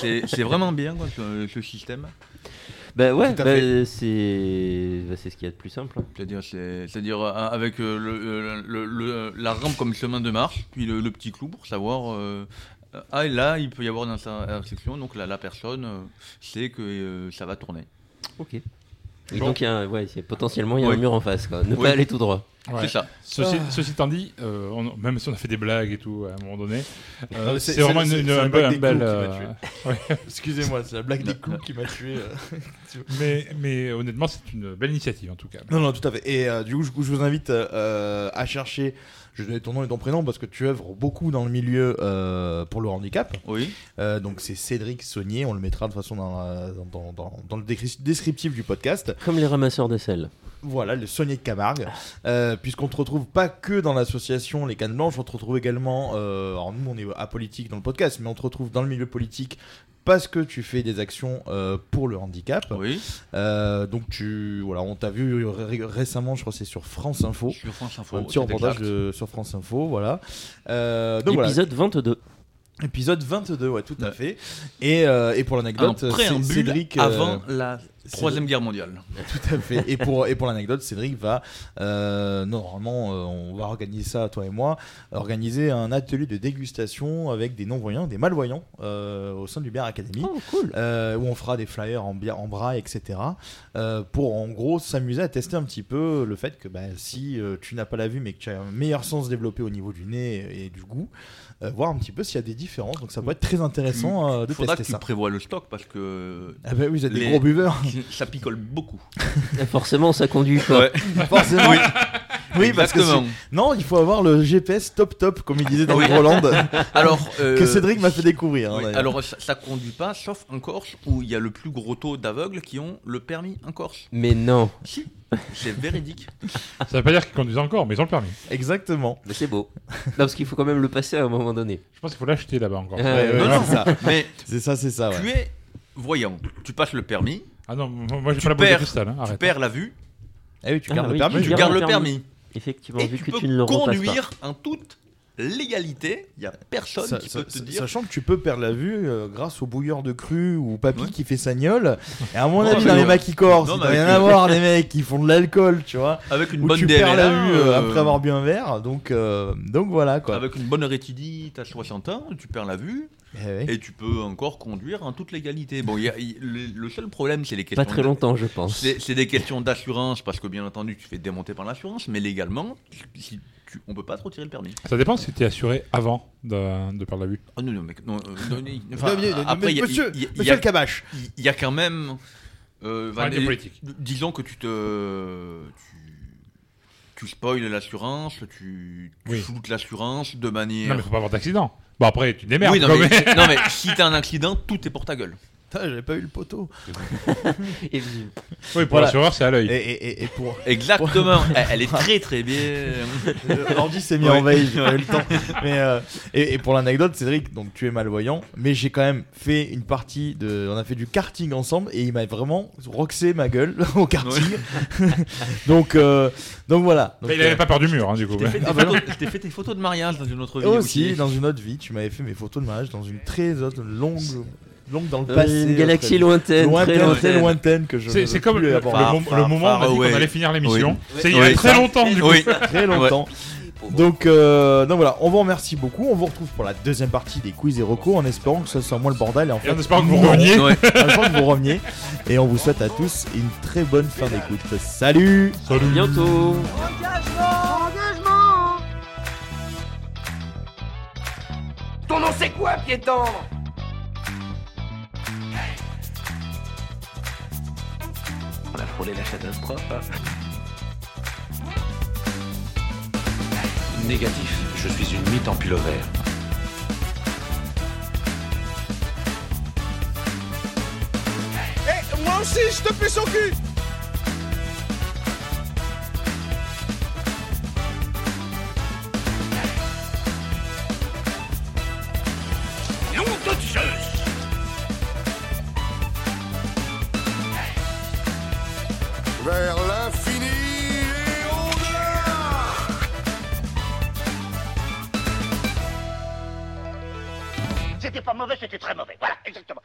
C'est, c'est vraiment bien quoi, ce- ce système. Bah ouais, Tout à bah, fait. euh, c'est bah, c'est ce qu'il y a de plus simple. hein. C'est-à-dire, c'est- c'est-à-dire euh, avec euh, le- le- le- la rampe comme chemin de marche, puis le, le petit clou pour savoir. euh, euh, ah, et là, il peut y avoir une intersection, donc là, la personne euh, sait que euh, ça va tourner. Ok. Et donc, il y a, un- ouais, c'est- potentiellement, il y a Oui. un mur en face, quoi. Ne Oui. pas aller tout droit. Ouais. C'est ça. Ceci, Ah. ceci étant dit, euh, on- même si on a fait des blagues et tout à un moment donné, euh, Non, mais c'est vraiment une, c'est- une- c'est la un blague bel- un des clous bel. qui m'a euh, tué. ouais. Ah, Excusez-moi, c'est la blague des clous qui m'a tué. euh. mais, mais honnêtement, c'est une belle initiative en tout cas. Non, non, tout à fait. Et euh, du coup, je, je vous invite euh, euh, à chercher. Je vais donner ton nom et ton prénom parce que tu œuvres beaucoup dans le milieu euh, pour le handicap. Euh, Oui. donc c'est Cédric Saunier. On le mettra de toute façon dans, la- dans- dans- dans- dans le décri- descriptif du podcast. Comme les ramasseurs de sel. Voilà, le Saunier de Camargue. Euh, Puisqu'on te retrouve pas que dans l'association Les Cannes Blanches, on te retrouve également. euh, alors nous, on est apolitique dans le podcast, mais on te retrouve dans le milieu politique parce que tu fais des actions euh, pour le handicap. Oui. Euh, donc tu voilà, on t'a vu ré- récemment, je crois que c'est sur France Info. Sur France Info, Oh. Un petit c'est reportage exact. de- sur France Info, voilà. Euh, donc voilà. Épisode 22. Épisode 22, ouais, tout à fait. Et, euh, et pour l'anecdote, Un c'est préambule Cédric. euh, avant la Troisième guerre mondiale. Tout à fait. Et pour, et pour l'anecdote, Cédric va, euh, normalement, euh, on va organiser ça, toi et moi, organiser un atelier de dégustation avec des non-voyants, des malvoyants, euh, au sein du Bière Academy. Euh, où on fera des flyers en, bière, en bras, etc. euh, pour, en gros, s'amuser à tester un petit peu le fait que bah, si euh, tu n'as pas la vue, mais que tu as un meilleur sens développé au niveau du nez et du goût, euh, voir un petit peu s'il y a des différences. Donc ça va être très intéressant euh, de Il faudra que tester tu ça. prévois le stock parce que. Ah bah oui, vous êtes des gros buveurs. Ça picole beaucoup. Forcément, ça conduit pas. Ouais. Forcément. Oui. Oui, parce que Exactement. c'est- non, il faut avoir le GPS top top comme il disait dans Oui. Roland. Alors, euh, que Cédric m'a fait découvrir. hein, Oui, d'ailleurs. alors ça, ça conduit pas, sauf en Corse où il y a le plus gros taux d'aveugles qui ont le permis en Corse. Mais non. Si, c'est véridique. Ça veut pas dire qu'ils conduisent encore, mais ils ont le permis. Exactement. Mais c'est beau. non, parce qu'il faut quand même le passer à un moment donné. Je pense qu'il faut l'acheter là-bas encore. Ouais, ouais, Euh, Non, ouais. non, mais c'est Ah ça, c'est ça. Tu es voyant, tu passes le permis. Ah non, moi j'ai tu pas la boule de perds- cristal. hein, Tu arrête. perds la vue. Eh oui, tu Ah gardes oui, le permis. tu tu gardes le permis. Effectivement, Et vu tu que peux tu ne le repasses pas. conduire en toute légalité. Il y a personne Sa- qui sa- peut te sa- dire. Sachant que tu peux perdre la vue euh, grâce au bouilleur de cru ou papy qui fait sa gnole. Et à mon Non, avis, mais dans les ouais. maquis corses, Non, il mais doit rien avec le- avoir des mecs qui font de l'alcool, tu vois. Avec une Ou bonne tu perds la DLA, vue euh, euh, après avoir bu un verre. Donc, euh, donc voilà quoi. Avec une bonne rétidite à 60 ans, tu perds la vue Eh et tu peux encore conduire en toute légalité. Bon, il y a- il- le, le seul problème, c'est les questions. très de- longtemps, je pense. C'est c'est des questions d'assurance parce que bien entendu, tu te fais démonter par l'assurance, mais légalement, si tu- on peut pas te retirer le permis. Ça dépend si t'es assuré avant de, de perdre la vue. Ah non, non, mec, non, euh, non, il- Non, mais- ah, mais- après, il y a- monsieur- il y a- il y a- monsieur le Cabache. il- Il y a quand même. euh, Parlez de Van- politique. Disons que tu te. Tu, tu spoiles l'assurance, tu, tu Oui. shootes l'assurance de manière. Non, mais faut pas avoir d'accident. Bon, après, tu te démerdes. Oui, non, quoi, mais, mais- non, mais si t'as un accident, tout est pour ta gueule. Putain, j'avais pas eu le poteau. Et- Oui, pour l'assureur, c'est à l'œil. Et, et- et pour... Exactement, pour- elle, elle est très très bien. Euh, L'ordi s'est mis en veille, j'ai pas eu le temps. Mais, euh, et, et pour l'anecdote, Cédric, donc tu es malvoyant, mais j'ai quand même fait une partie de. On a fait du karting ensemble et il m'a vraiment roxé ma gueule au karting. donc, euh, donc voilà. Donc, Mais il avait euh, pas peur du mur, hein, du coup. Je t'ai fait, ouais. des photos- je t'ai fait tes photos de mariage dans une autre vie. euh, aussi, dans une autre vie, tu m'avais fait mes photos de mariage dans une très autre, longue, longue dans le Dans passé. Euh, une galaxie lointaine, lointaine, très lointaine, lointaine. lointaine, que je. C'est- ne c'est veux comme plus le- aborder. le mom- le moment on a dit qu'on away. allait finir l'émission. Oui. C'est il y a Oui, très ça. longtemps, du coup. Oui. très longtemps. Donc, euh, donc voilà, on vous remercie beaucoup. On vous retrouve pour la deuxième partie des quiz et recos en espérant que ce soit moins le bordel. Et, en fait, en espérant que vous non. reveniez. En Ouais. espérant que vous reveniez. Et on vous souhaite à tous une très bonne fin d'écoute. Salut Salut bientôt Engagement Engagement Ton nom c'est quoi, piéton On a frôlé la catastrophe. Négatif, je suis une mythe en pullover. Eh, moi aussi, je te pue son cul Nom de Zeus Vers l'infini et au-delà C'était pas mauvais, c'était très mauvais. Voilà, exactement.